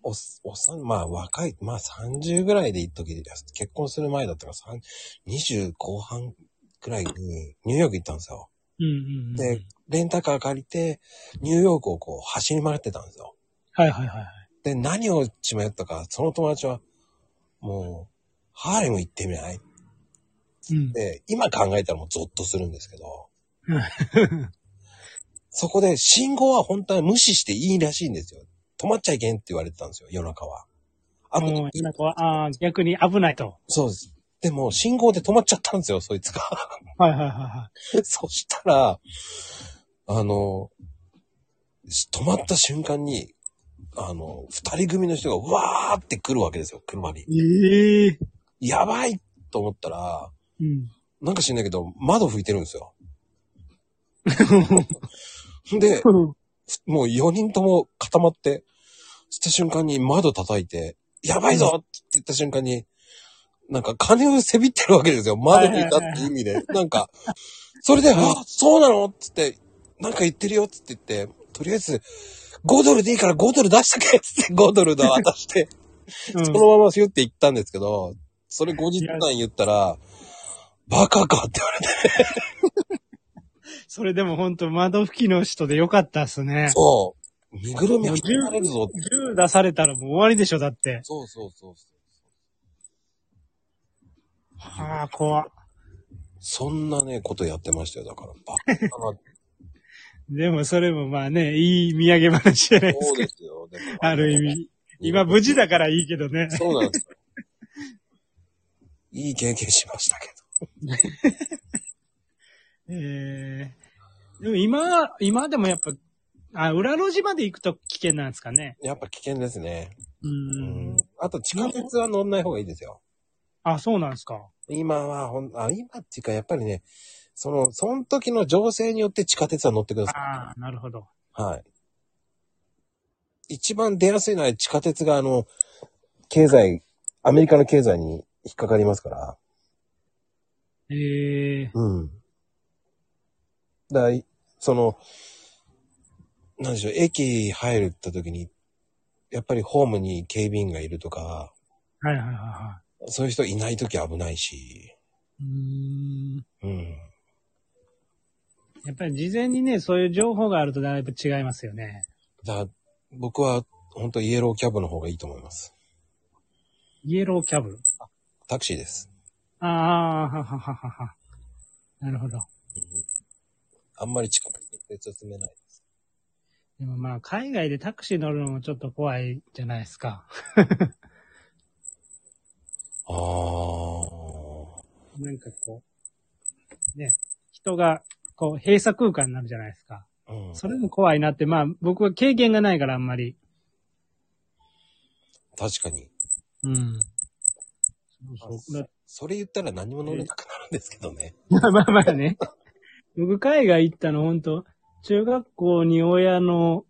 おっ、おっさん、まあ若い、まあ30ぐらいで一時結婚する前だったから、3 20後半くらいにニューヨーク行ったんですよ。
うんうんうん。
で、レンタカー借りて、ニューヨークをこう走り回ってたんですよ。
はいはいはいはい。
で、何をしまったか、その友達は、もう、ハーレム行ってみない
うん。
で、今考えたらもうゾッとするんですけど
うん、
そこで信号は本当は無視していいらしいんですよ。止まっちゃいけんって言われてたんですよ、夜中は。あ
もうなんかああ、逆に危ないと。
そうです。でも、信号で止まっちゃったんですよ、そいつが。
はいはいはいは
そしたら、あの、し止まった瞬間に、あの、二人組の人がわーって来るわけですよ、車に。
い。ええ
やばいと思ったら、
うん。
なんか知んないけど、窓拭いてるんですよ。で、
うん
もう4人とも固まって、した瞬間に窓叩いて、やばいぞって言った瞬間に、なんか金をせびってるわけですよ。窓にいたって意味で。なんか、それで、あ、そうなのっつって、なんか言ってるよっつって言って、とりあえず、5ドルでいいから5ドル出しとけっつって5ドルだ渡して、そのままシュって行ったんですけど、それ後日談言ったら、バカかって言われて、
それでも本当窓拭きの人でよかったっすね。
そう、身ぐるみ離れるぞって。
銃出されたらもう終わりでしょ、だって。
そうそうそうそう。
はあ、怖っ。
そんなね、ことやってましたよ。だから、バカだな。
でもそれもまあね、いい土産話じゃないです
そう
か。
ですよ。でも
ある意。味。今無事だからいいけどね。
そうなんですよ。いい経験しましたけ
えー、でも今、今でもやっぱ、あ、裏路地まで行くと危険なんですかね。
ど。やっぱ危険ですね。
う
うんん。。あと、地下鉄は乗んない方がいいですよ。
あ、そうなんですか。
今はほん、あ、今っていうか、やっぱりね、その、その時の情勢によって地下鉄は乗ってくださ
ああ、なるほど。
い。はい。一番出やすいのは地下鉄が、あの、経済、アメリカの経済に引っかかりますから。
ええ
うん。だからいその、なんでしょう、駅入るった時に、やっぱりホームに警備員がいるとか、
はいはいはいは
そういう人いない時危ないし、
い。うーん。
うん。
やっぱり事前にね、そういう情報があるとだいぶ違いますよね。
だから僕は、本当イエローキャブの方がいいと思います。
イエローキャブ。
タクシーです。
ああ、ははははは。なるほど。
あんまり近くで進めない。
でもまあ、海外でタクシー乗るのもちょっと怖いじゃないですか。
ああ。
なんかこう、ね、人が、こう、閉鎖空間になるじゃないですか。
うん。
それも怖いなって、まあ、僕は経験がないからあんまり。
確かに。
うん。そうそう。だ
それ言ったら何も乗れなくなるんですけどね。
まあ まあまあね。僕、海外行ったの、本当中学校に親の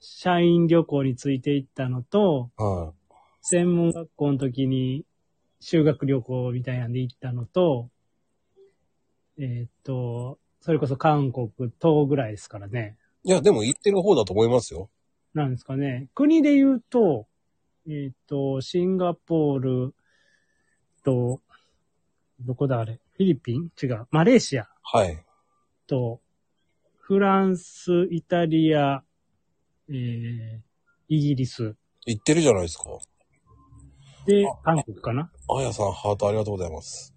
社員旅行について行ったのと、
は
専門学校の時に修学旅行みたいなんで行ったのと、えーっと、それこそ韓国、東ぐらいですからね。
い。いや、でも行ってる方だと思いますよ。
なんですかね。国で言うと、えーっと、シンガポールと、どこだあれフィリピン違う。マレーシア
はい。
と、フランス、イタリア、えー、イギリス。
行ってるじゃないですか。
で、韓国かな
あやさん、ハートありがとうございます。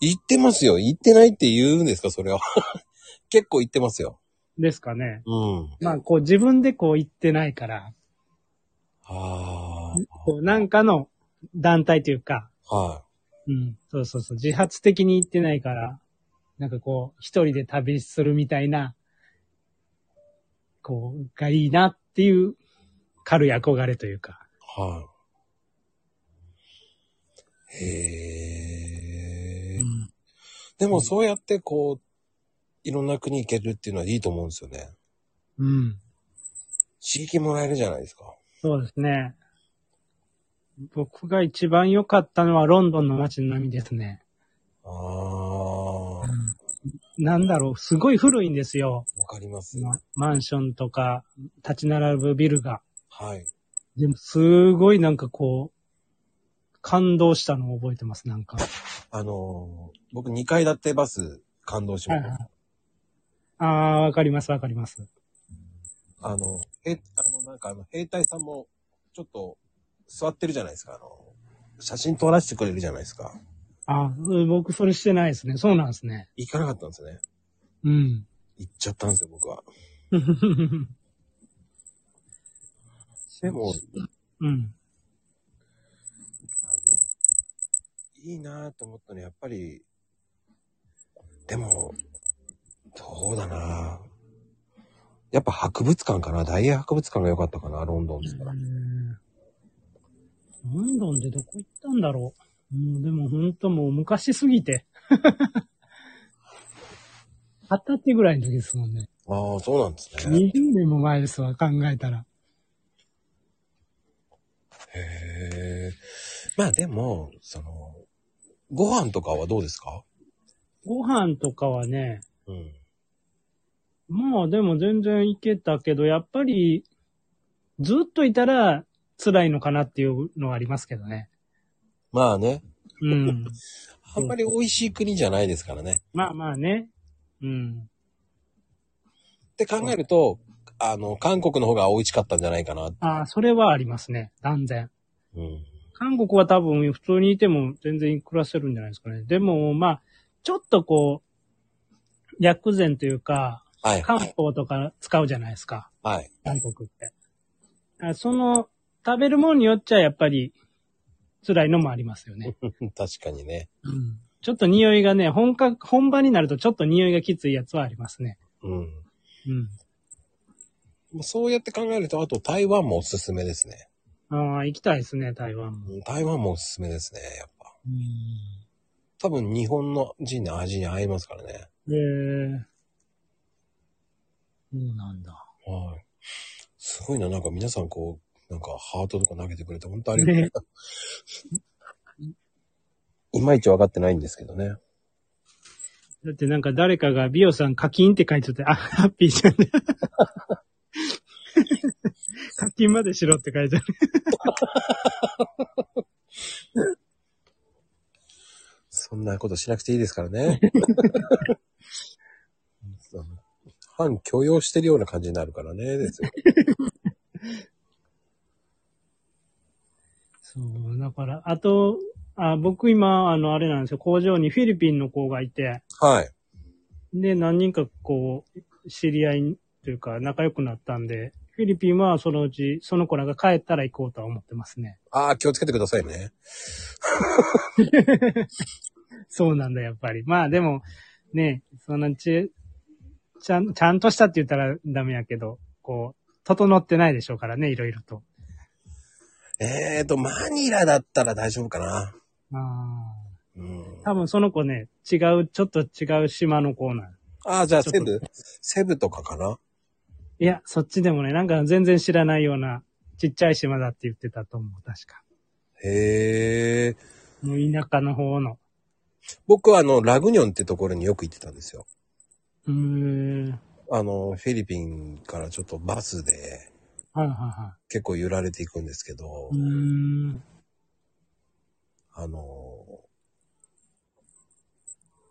言ってますよ。言ってないって言うんですか、それは。 結構言ってますよ。
ですかね。
うん。
まあ、こう自分でこう行ってないから、
あ
こう、なんかの団体というか、
あ。は
うん、そうそうそう、自発的に行ってないから、なんかこう、一人で旅するみたいな、こう、がいいなっていう、軽い憧れというか。
い。はい。へえ。
うん
でも、そうやって、こう、いろんな国行けるっていうのはいいと思うんですよね。
うん。
刺激もらえるじゃないですか。
そうですね。僕が一番良かったのはロンドンの街の波ですね。
ああ。わ
なんだろう、すごい古いんですよ。
かります。
まマンションとか、立ち並ぶビルが。
はい。
でも、すごいなんかこう、感動したのを覚えてます、なんか。
あのー僕2階建てバス感動しました。
ああ、わかります、わかります。
あの、え、あの、なんかあの、兵隊さんも、ちょっと、座ってるじゃないですか。あの、写真撮らせてくれるじゃないですか。
あーうん僕それしてないですね。そうなんですね。
行かなかったんですよね。
うん。
行っちゃったんですよ、僕は。 でも、あ
うん。
の、いいなぁと思ったのは、やっぱり、でも、どうだなぁ。やっぱ博物館かな大英博物館が良かったかなロンドンですから。
ロンドンでどこ行ったんだろう。もうでも本当もう昔すぎて。 二十歳ぐらいの時ですもんね。
ああ、そうなんですね。
20年も前ですわ、考えたら。
へえ。まあでも、その、ご飯とかはどうですか
ご飯とかはね、
うん。
まあでも全然いけたけど、やっぱり、ずっといたら辛いのかなっていうのはありますけどね。
まあね。
うん。
あんまり美味しい国じゃないですからね。
まあまあね。うん。
って考えると、あの、韓国の方が美味しかったんじゃないかな。
ああ、それはありますね。断然。
うん。
韓国は多分普通にいても全然暮らせるんじゃないですかね。でも、まあ、ちょっとこう、薬膳というか、
はい。
漢方とか使うじゃないですか。
はい。
韓国って。あその、食べるものによっちゃやっぱり辛いのもありますよね。
確かにね。
うんちょっと匂いがね、本格、本番になるとちょっと匂いがきついやつはありますね。
うん。
うん。
そうやって考えると、あと台湾もおすすめですね。
ああ、行きたいですね、台湾も。
台湾もおすすめですね、やっぱ。
うん。
多分日本の人の味に合いますからね。
えー。そうなんだ。
はい。すごいな、なんか皆さんこう、なんかハートとか投げてくれて、本当ありがとう。
ね
いまいち分かってないんですけどね。
だってなんか誰かが、ビオさん課金って書いてて、あ、ハッピーじゃん。 課金までしろって書いてある。
そんなことしなくていいですからね。 その反許容してるような感じになるからね、ですよ。
そう、だから、あと、あ僕今、あの、あれなんですよ、工場にフィリピンの子がいて、
はい。
で、何人かこう、知り合いというか仲良くなったんで、フィリピンはそのうち、その子らが帰ったら行こうとは思ってますね。
ああ、気をつけてくださいね。
そうなんだ、やっぱり。まあでも、ね、そのうち、ちゃん、ちゃんとしたって言ったらダメやけど、こう、整ってないでしょうからね、いろいろと。
えーと、マニラだったら大丈夫かな。
あ
うん
あ。、多分その子ね、違う、ちょっと違う島の子なん。
ああ、じゃあ
ちょっ
セ
と
ブセブとかかない
や、そっちでもね、なんか全然知らないような、ちっちゃい島だって言ってたと思う、確か。
へえ。
もう田舎の方の。
僕はあの、ラグニョンってところによく行ってたんですよ。
うーん。
あの、フィリピンからちょっとバスで
はいはいはい。
結構揺られていくんですけど、
うーん。
あの、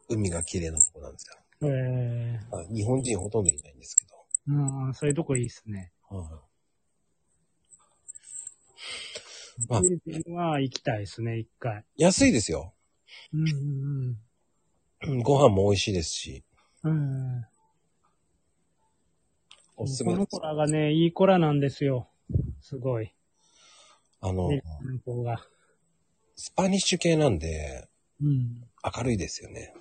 海が綺麗なとこなんですよ。
え
あ日本人ほとんどいないんですけ
ー、うん、そういうとこいいっすね。
ど。はい
フ
あ
ィリピンは行きたいですね、一回。
安いですよ。
うんうん
うんご飯も美味しいですし、
うん。うん。
おすすめ
こ
で
の
す。
子らがね、いい子らなんですよ。すごい。
あの、
ね、この子が。
スパニッシュ系なんで
うん。
明るいですよね。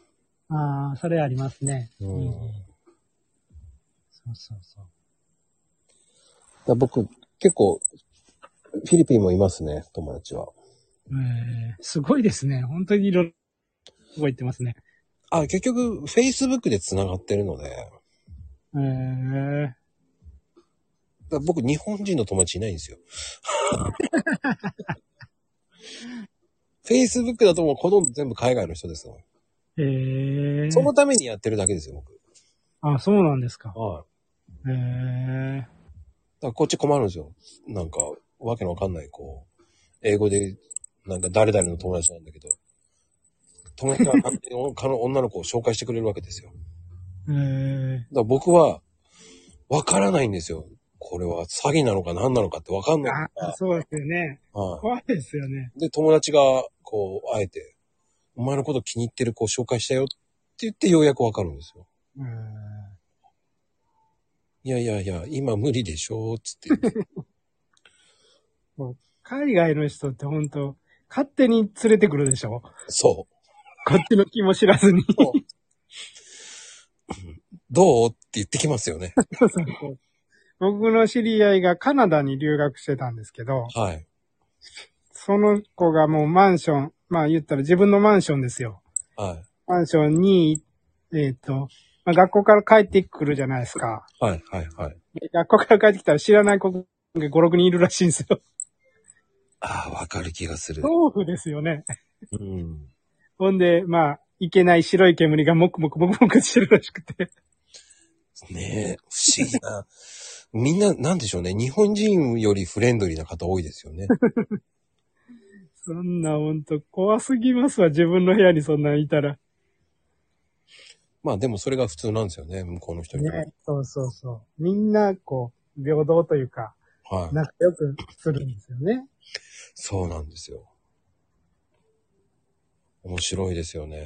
ああ、それありますね。
うん
そうそうそう。
だから僕、結構、フィリピンもいますね、友達は。
えー、すごいですね。本当にいろんなとこ行ってますね。
あ、結局、Facebook で繋がってるので、だか
えー、
ら僕、日本人の友達いないん ですよ。Facebook だともうほとんど全部海外の人ですもん。
えー、
そのためにやってるだけですよ、僕。
あ、そうなんですか。
はい。
えー、
だからこっち困るんですよ。なんか、わけのわかんない、こう、英語で、なんか誰々の友達なんだけど、友達が勝手にお 他の女の子を紹介してくれるわけですよ。だか
えー、
ら僕は、わからないんですよ。これは詐欺なのか何なのかってわかんない
あ
から、
そうですよね。
は
怖いですよね。
い。で、友達が、こう、あえて、お前のこと気に入ってる子を紹介したよって言ってようやくわかるんですよ。
うん
いやいやいや、今無理でしょ、つって。
海外の人って本当勝手に連れてくるでしょ
そう。
こっちの気も知らずに。
どうって言ってきますよね。
僕の知り合いがカナダに留学してたんですけど、
はい。
その子がもうマンション、まあ言ったら自分のマンションですよ。
はい。
マンションに、えっ、と、まあ、学校から帰ってくるじゃないですか。
はい、はい、はい。
で学校から帰ってきたら知らない子が5、6人いるらしいん ですよ。
ああ、わかる気がする。
豆腐ですよね。
うん。
ほんで、まあ、いけない白い煙がもくもくもくもくしてるらしくて。
ねえ、不思議な。みんな、なんでしょうね。日本人よりフレンドリーな方多いですよね。
そんなほんと怖すぎますわ、自分の部屋にそんなんいたら。
まあでもそれが普通なんですよね。向こうの人にとっては。
ね、そうそうそう。みんな、こう、平等というか、
はい。
仲良くするんですよね。
そうなんですよ。面白いですよね。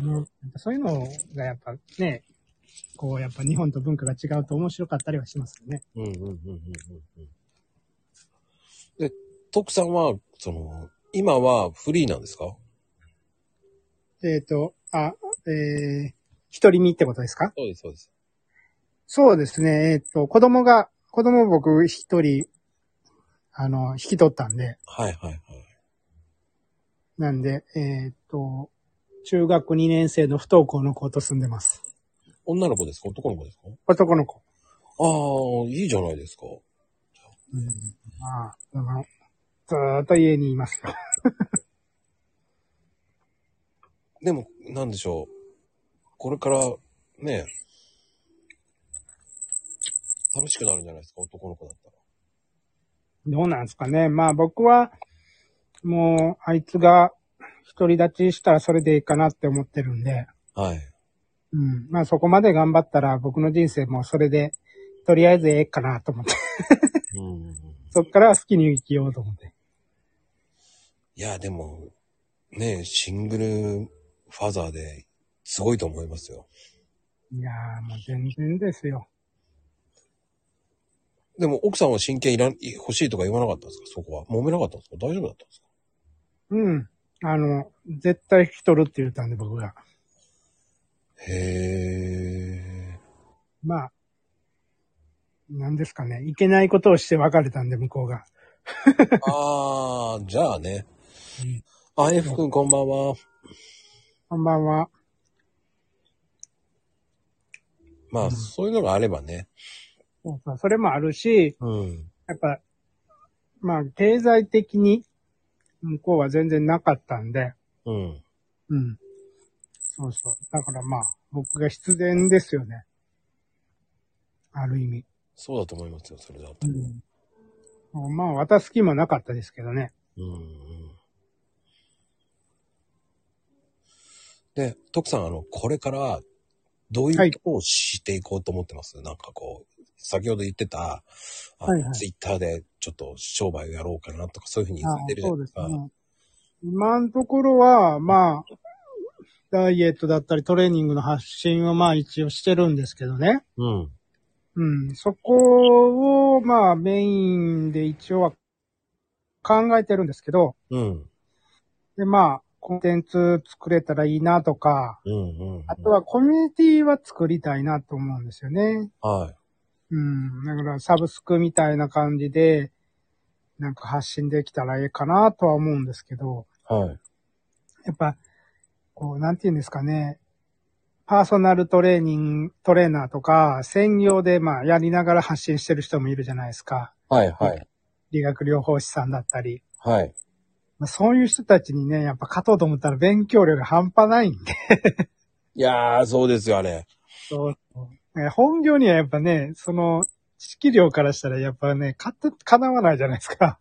うんそういうのがやっぱね、こう、やっぱ日本と文化が違うと面白かったりはしますよね。
うんうんうんうんうんうん。で、徳さんは、その、今はフリーなんですか
えっ、と、あ、えー、一人身ってことですか
そうです、そうです。
そうですね。えっ、と、子供が、子供僕一人、あの、引き取ったんで、
はいはいはい。
なんで、えっ、と、中学2年生の不登校の子と住んでます。
女の子ですか男の子ですか
男の子。
ああ、いいじゃないですか。
うん。まあ、あの、ずーっと家にいますよ。
でも、なんでしょう。これから、ね、楽しくなるんじゃないですか男の子だったら。
どうなんですかね。まあ僕は、もう、あいつが独り立ちしたらそれでいいかなって思ってるんで、
はい。
うん。まあそこまで頑張ったら僕の人生もそれで、とりあえずええかなと思って、
うんうんうん。
そっからは好きに生きようと思って。
いや、でも、ね、シングルファザーで、すごいと思いますよ。
いやーもう全然ですよ。
でも、奥さんは親権いらん、欲しいとか言わなかったんですかそこは。揉めなかったんですか大丈夫だったんですか
うん。あの、絶対引き取るって言ったんで僕が。
へ
まあ、なんですかね。いけないことをして別れたんで向こうが。
ー。あー、じゃあね。あ、F 君こんばんは。
こんばんは。
まあ、そういうのがあればね。
そうそうそれもあるし、
うん。
やっぱ、まあ、経済的に、向こうは全然なかったんで、
うん。
うん。そうそう。だからまあ、僕が必然ですよね。ある意味。
そうだと思いますよ、それだと。
うん。まあ、渡す気もなかったですけどね。
うんうん。で、徳さん、あの、これから、どうい
は
う
い
ことをしていこうと思ってます、なんかこう、先ほど言ってた、あ
はいはい
ツイッターでちょっと商売をやろうかなとか、そういうふうに言
あ
ってるじゃ
そ
ないうで
ですす
か。
ね。今のところは、まあ、ダイエットだったりトレーニングの発信をまあ一応してるんですけどね。
うん。
うん、そこを、まあ、メインで一応は考えてるんですけど、
うん。
で、まあ、コンテンツ作れたらいいなとか、
うん。うん。
あとはコミュニティは作りたいなと思うんですよね。
はい。
うん、だからサブスクみたいな感じで、なんか発信できたらいいかなとは思うんですけど、
はい。
やっぱ、こう、なんて言うんですかね、パーソナルトレーニング、トレーナーとか、専業でまあ、やりながら発信してる人もいるじゃないですか。
はい。はい。
理学療法士さんだったり、
はい。
まあ、そういう人たちにね、やっぱ勝とうと思ったら勉強量が半端ないんで。
いやー、そうですよ、あれ。
え本業にはやっぱね、その、知識量からしたらやっぱね、勝て、叶わないじゃないですか。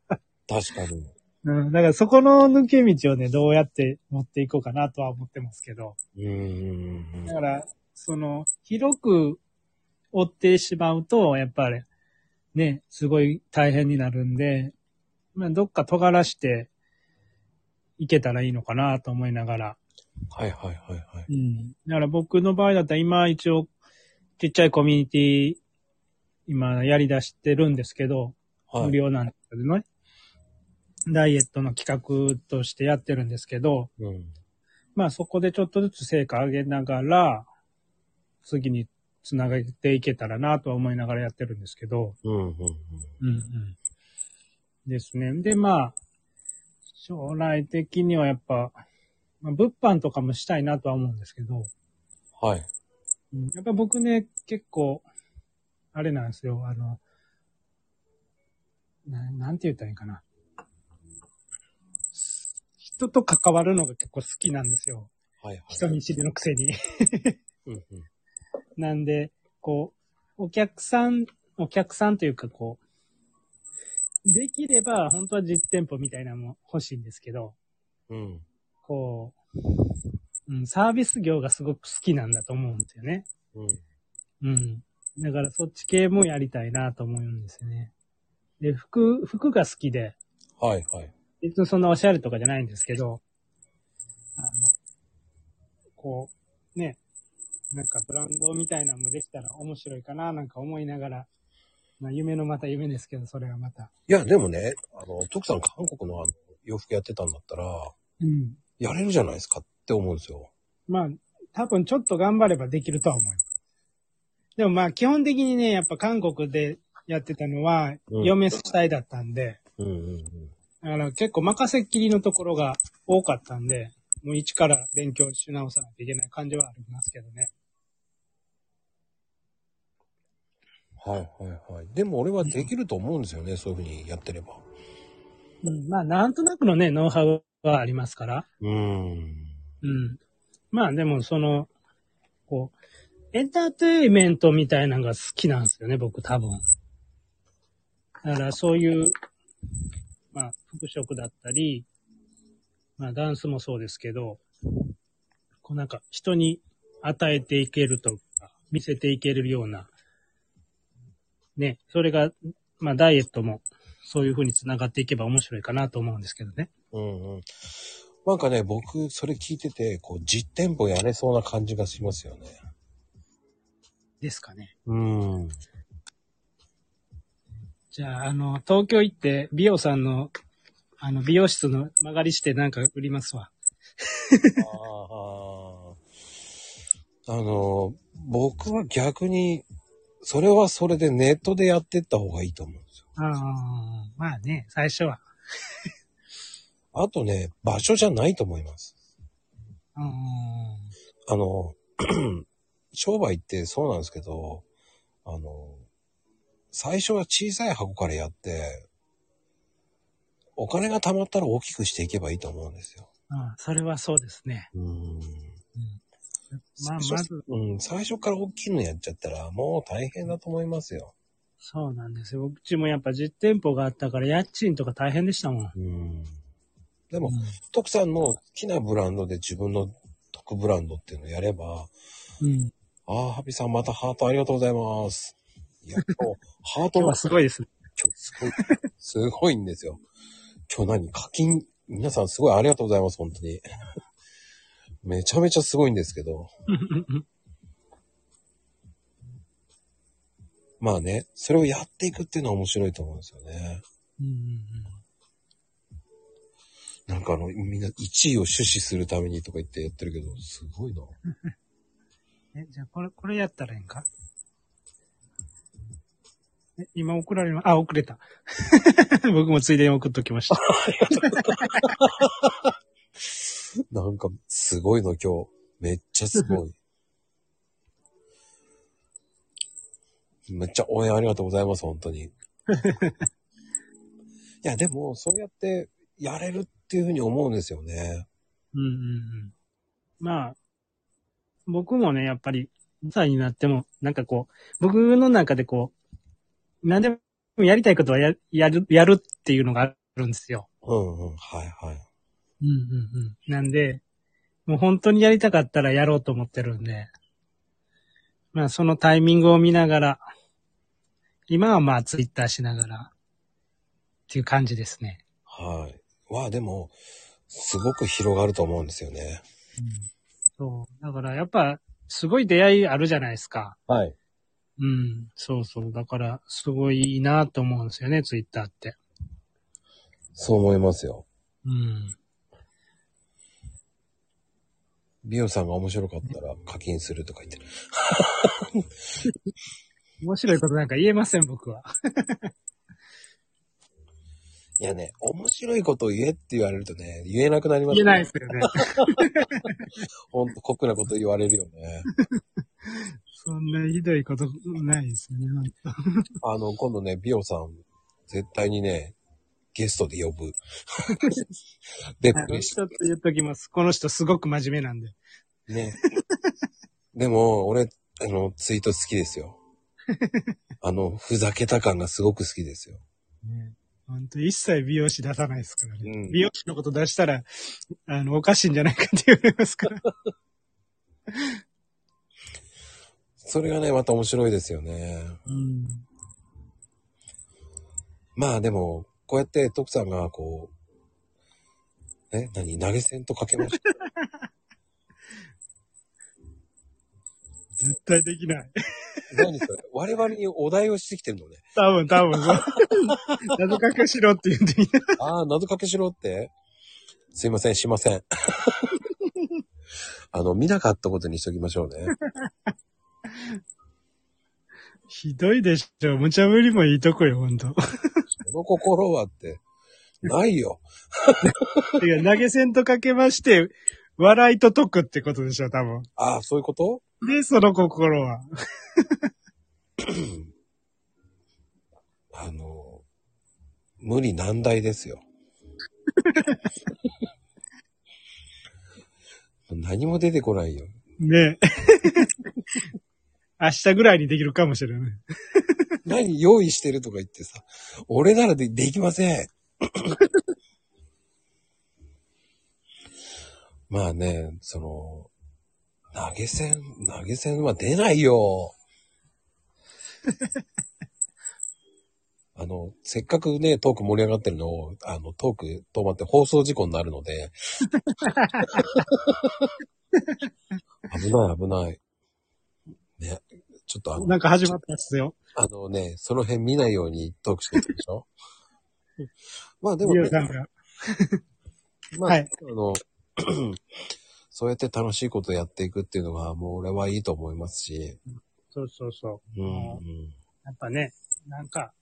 確かに。
うん、だからそこの抜け道をね、どうやって持っていこうかなとは思ってますけど。
うん。
だから、その、広く追ってしまうと、やっぱり、ね、すごい大変になるんで、まあ、どっか尖らしていけたらいいのかなと思いながら、
はい。はい。はい。はい。
うん。だから僕の場合だったら今一応ちっちゃいコミュニティ今やり出してるんですけど、
はい。
無料なんですけどね。ダイエットの企画としてやってるんですけど、
うん。
まあそこでちょっとずつ成果上げながら、次につなげていけたらなとは思いながらやってるんですけど、
うん。うん。うん
うんうん。ですね。で、まあ、将来的にはやっぱ、まあ、物販とかもしたいなとは思うんですけど、
はい。
うんやっぱ僕ね、結構、あれなんですよ。あの、ななんて言ったらいいんかな。人と関わるのが結構好きなんですよ。
はいはい。
人見知りのくせに。
うんうん。
なんで、こう、お客さん、お客さんというかこう、できれば本当は実店舗みたいなのも欲しいんですけど、
うん。
こう、うん、サービス業がすごく好きなんだと思うんですよね。
うん。
うん。だからそっち系もやりたいなと思うんですよね。で、服、服が好きで、
はいはい。
別にそんなおしゃれとかじゃないんですけど、あの、こう、ね、なんかブランドみたいなのもできたら面白いかな、なんか思いながら、まあ夢のまた夢ですけど、それはまた。
いや、でもね、あの、徳さん韓国のあの洋服やってたんだったら、
うん。
やれるじゃないですかって思うんですよ。
まあ、多分ちょっと頑張ればできるとは思います。でもまあ基本的にね、やっぱ韓国でやってたのは、
うん
嫁主体だったんで、
うんうんうん。
だから結構任せっきりのところが多かったんで、もう一から勉強し直さなきゃいけない感じはありますけどね。
はいはいはい。でも俺はできると思うんですよね、そういうふうにやってれば。
うん、まあ、なんとなくのね、ノウハウはありますから。
うん。
うん。まあ、でも、その、こう、エンターテイメントみたいなのが好きなんですよね、僕多分。だから、そういう、まあ、服飾だったり、まあ、ダンスもそうですけど、こうなんか、人に与えていけるとか、見せていけるような、ね、それが、まあ、ダイエットも、そういう風に繋がっていけば面白いかなと思うんですけどね。
うんうん。なんかね、僕、それ聞いてて、こう、実店舗やれそうな感じがしますよね。
ですかね。
うん。
じゃあ、あの、東京行って、美容さんの、あの、美容室の曲がりしてなんか売りますわ。
ああの、僕は逆に、それはそれでネットでやってった方がいいと思うんですよ。
ああ、まあね、最初は。
あとね、場所じゃないと思います。
うん。
あの、 商売ってそうなんですけど、あの、最初は小さい箱からやって、お金が貯まったら大きくしていけばいいと思うんですよ。
うん、それはそうですね。
うん。
まあ、
最初
まず、
うん、最初から大きいのやっちゃったら、もう大変だと思いますよ。
そうなんですよ。うちもやっぱ実店舗があったから、家賃とか大変でしたもん。
うん。でも、徳さんの好きなブランドで自分の特ブランドっていうのをやれば、
うん。うん、
ああ、ハピさんまたハートありがとうございます。いや、今日、 ハート
今日
が
はすごいですね。
今日すごい、すごいんですよ。今日何課金、皆さんすごいありがとうございます、本当に。 めちゃめちゃすごいんですけど。まあね、それをやっていくっていうのは面白いと思うんですよね。
うんうん
なんかあの、みんな1位を趣旨するためにとか言ってやってるけど、すごいな。
うん、え、じゃあこれ、これやったらええんかえ、今送られま、あ、送れた。 僕もついでに送っときました。
なんか、すごいの今日。めっちゃすごい。めっちゃ応援ありがとうございます、本当 に。いや、でも、そうやって、やれるっていうふうに思うんですよね。
うんうんうん。まあ、僕もね、やっぱり、2歳になっても、なんかこう、僕の中でこう、何でもやりたいことはややる、やるっていうのがあるんですよ。
うんうん、はいはい。
うんうんうん。なんで、もう本当にやりたかったらやろうと思ってるんで、まあそのタイミングを見ながら、今はまあツイッターしながら、っていう感じですね。
はい。は、でも、すごく広がると思うんですよね。
そう。だからやっぱ、すごい出会いあるじゃないですか。
はい。
うん、そうそう。だから、すごいいいなと思うんですよね、ツイッターって。
そう思いますよ。
うん。
美容さんが面白かったら課金するとか言ってる。
面白いことなんか言えません、僕は。
いやね、面白いことを言えって言われるとね、言えなくなります
言え
ね
ないですよね。
ほんと酷なこと言われるよね。
そんなひどいことないですよね。本当
あの、今度ね、ビオさん、絶対にね、ゲストで呼ぶ。で、
あ
プレ
の
ッシ
ちょっと言っときます。この人すごく真面目なんで。
ャーね。でも、俺、あの、ツイート好きですよ。あの、ふざけた感がすごく好きですよ。
ね、本当一切美容師出さないですからね。
うん
美容師のこと出したら、あの、おかしいんじゃないかって言われますから。
それがね、また面白いですよね。
うん。
まあでも、こうやって徳さんがこう、え、何投げ銭とかけました。
絶対できない。
何それ我々にお題をしてきてるのね。
多分、多分。 謎かけしろって言ってみた。
ああ、謎かけしろって。すいません、しません。あの、見なかったことにしときましょうね。
ひどいでしょ。無茶ぶりもいいとこよ、ほんと。
その心はって、ないよ。
てか投げ銭とかけまして、笑いと解くってことでしょ、多分。
ああ、そういうこと
で、その心は。
あの、無理難題ですよ。何も出てこないよ。
ね え。明日ぐらいにできるかもしれない。
何用意してるとか言ってさ、俺ならでできません。まあね、その、投げ銭、投げ銭は出ないよ。あの、せっかくね、トーク盛り上がってるのを、あの、トーク止まって放送事故になるので。危ない危ない。ね、ちょっとあの、
なんか始まったっすよ。
あのね、その辺見ないようにトークしてるでしょ まあでも、
リ
ね
オ、さんが。
まあ、
はい
あの、 そうやって楽しいことをやっていくっていうのが、もう俺はいいと思いますし。
そうそうそう。
うん
あやっぱね、なんか、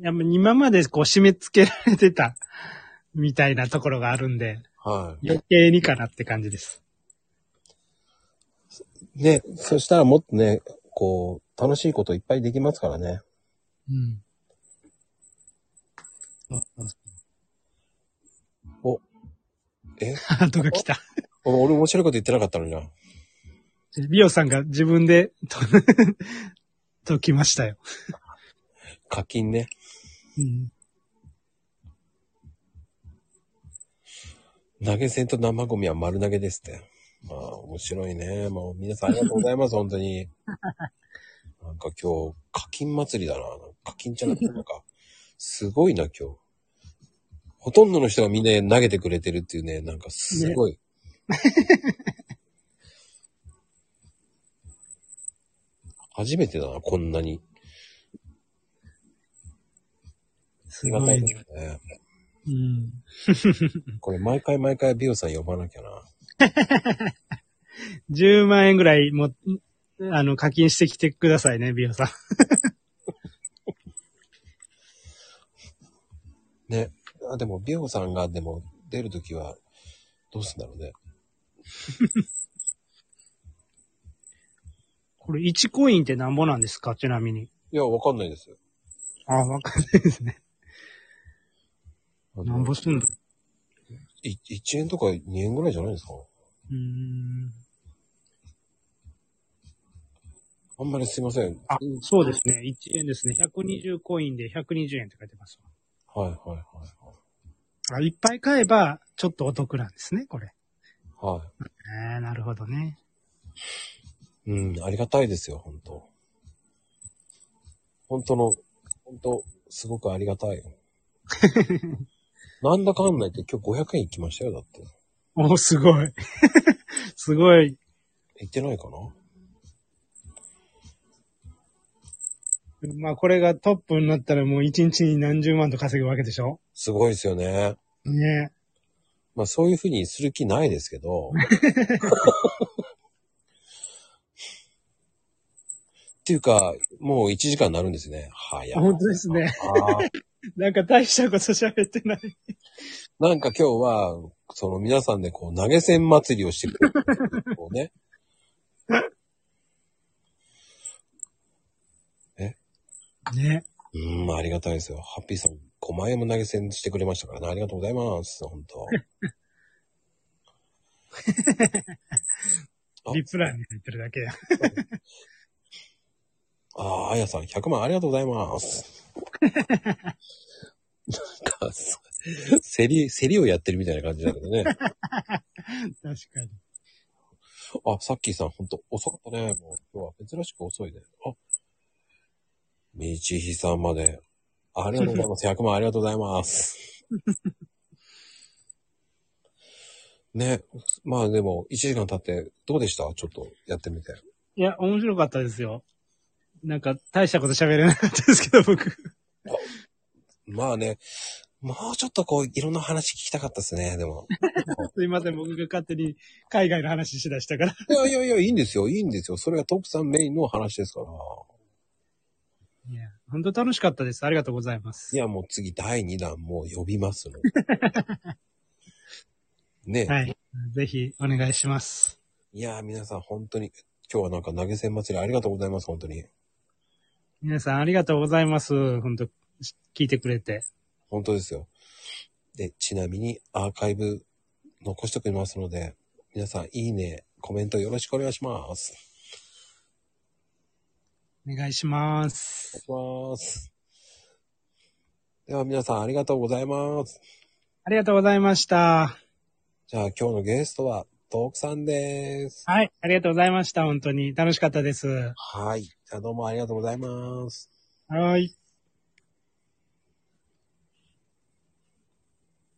やっぱ今までこう締め付けられてたみたいなところがあるんで、
はい。
余計にかなって感じです。
ね、そしたらもっとね、こう、楽しいこといっぱいできますからね。
うん。
え
ハートが来た。
俺俺面白いこと言ってなかったのにな。
ビオさんが自分で と、ときましたよ。
課金ね。
うん。
投げ銭と生ゴミは丸投げですって。まあ、面白いね。もう皆さんありがとうございます、本当に。なんか今日、課金祭りだな。課金じゃなくて、なんか、すごいな、今日。ほとんどの人がみんな投げてくれてるっていうね、なんかすごい。初めてだな、こんなに。
す
ありが
ご
たい
い
で
ね。
すね。
うん。
これ毎回毎回ビオさん呼ばなきゃな。
10万円ぐらいも、あの、課金してきてくださいね、ビオさん。
ね。あ、でも、ビオさんが、でも、出るときは、どうすんだろうね。
これ1コインってなんぼなんですかちなみに。
いや、わかんないです。
あ、わかんないですね。
あの
なんぼすんだろ
い ?1 円とか2円ぐらいじゃないですか
う。うーん。
あんまりすいません。
あ
うん、
そうですね。1円ですね。120コインで120円って書いてます。
はいはいはい
あ、いっぱい買えば、ちょっとお得なんですね、これ。
はい。は
えー、なるほどね。
い。うん、ありがたいですよ、本当本当の、本当すごくありが たいよ。なんだかんないって今日500円行きましたよ、だって。
お、すごい。 すごい。
行ってないかな
まあ、これがトップになったらもう1日に何十万と稼ぐわけでしょ
すごいですよね。
ね
まあそういうふうにする気ないですけ ど。っていうか、もう1時間になるんですね。早
え。
い。
本当ですね。
あー
なんか大したこと喋ってない。
なんか今日は、その皆さんで こう投げ銭祭りをしてくれる。こうね。
ね。
うん、ありがたいですよ。ハッピーさん、5万円も投げ銭してくれましたからね。ありがとうございます。本 当あ
リプライに入ってるだけや。
ああ、あやさん、100万ありがとうございます。 なんか、そ競り、競りをやってるみたいな感じだけどね。
確かに。
あ、さっきさん、ほんと、遅かったね。もう、今日は珍しく遅いね。あ、みちひさんまで。ありがとうございます。100万ありがとうございます。ね、まあでも、1時間経って、どうでしたちょっと、やってみて。
いや、面白かったですよ。なんか、大したこと喋れなかったですけど、僕。
まあね、もうちょっとこう、いろんな話聞きたかったですね、でも。
すいません、僕が勝手に海外の話しだしたから。
いやいやいや、いいんですよ、いいんですよ。それがトップさんメインの話ですから。
いや、本当楽しかったです。ありがとうございます。
いや、もう次第2弾もう呼びますので。ねえ、
はい。ぜひ、お願いします。
い、やー皆さん本当に、今日はなんか投げ銭祭りありがとうございます、本当に。
皆さん、ありがとうございます。本当聞いてくれて。
本当ですよ。で、ちなみにアーカイブ残しておきますので、皆さんいいね、コメントよろしくお願いします。
お願いします。
お願いします。では皆さんありがとうございます。
ありがとうございました。
じゃあ今日のゲストはトークさんです。
はい。ありがとうございました。本当に。楽しかったです。
はい。じゃあどうもありがとうございます。
はい。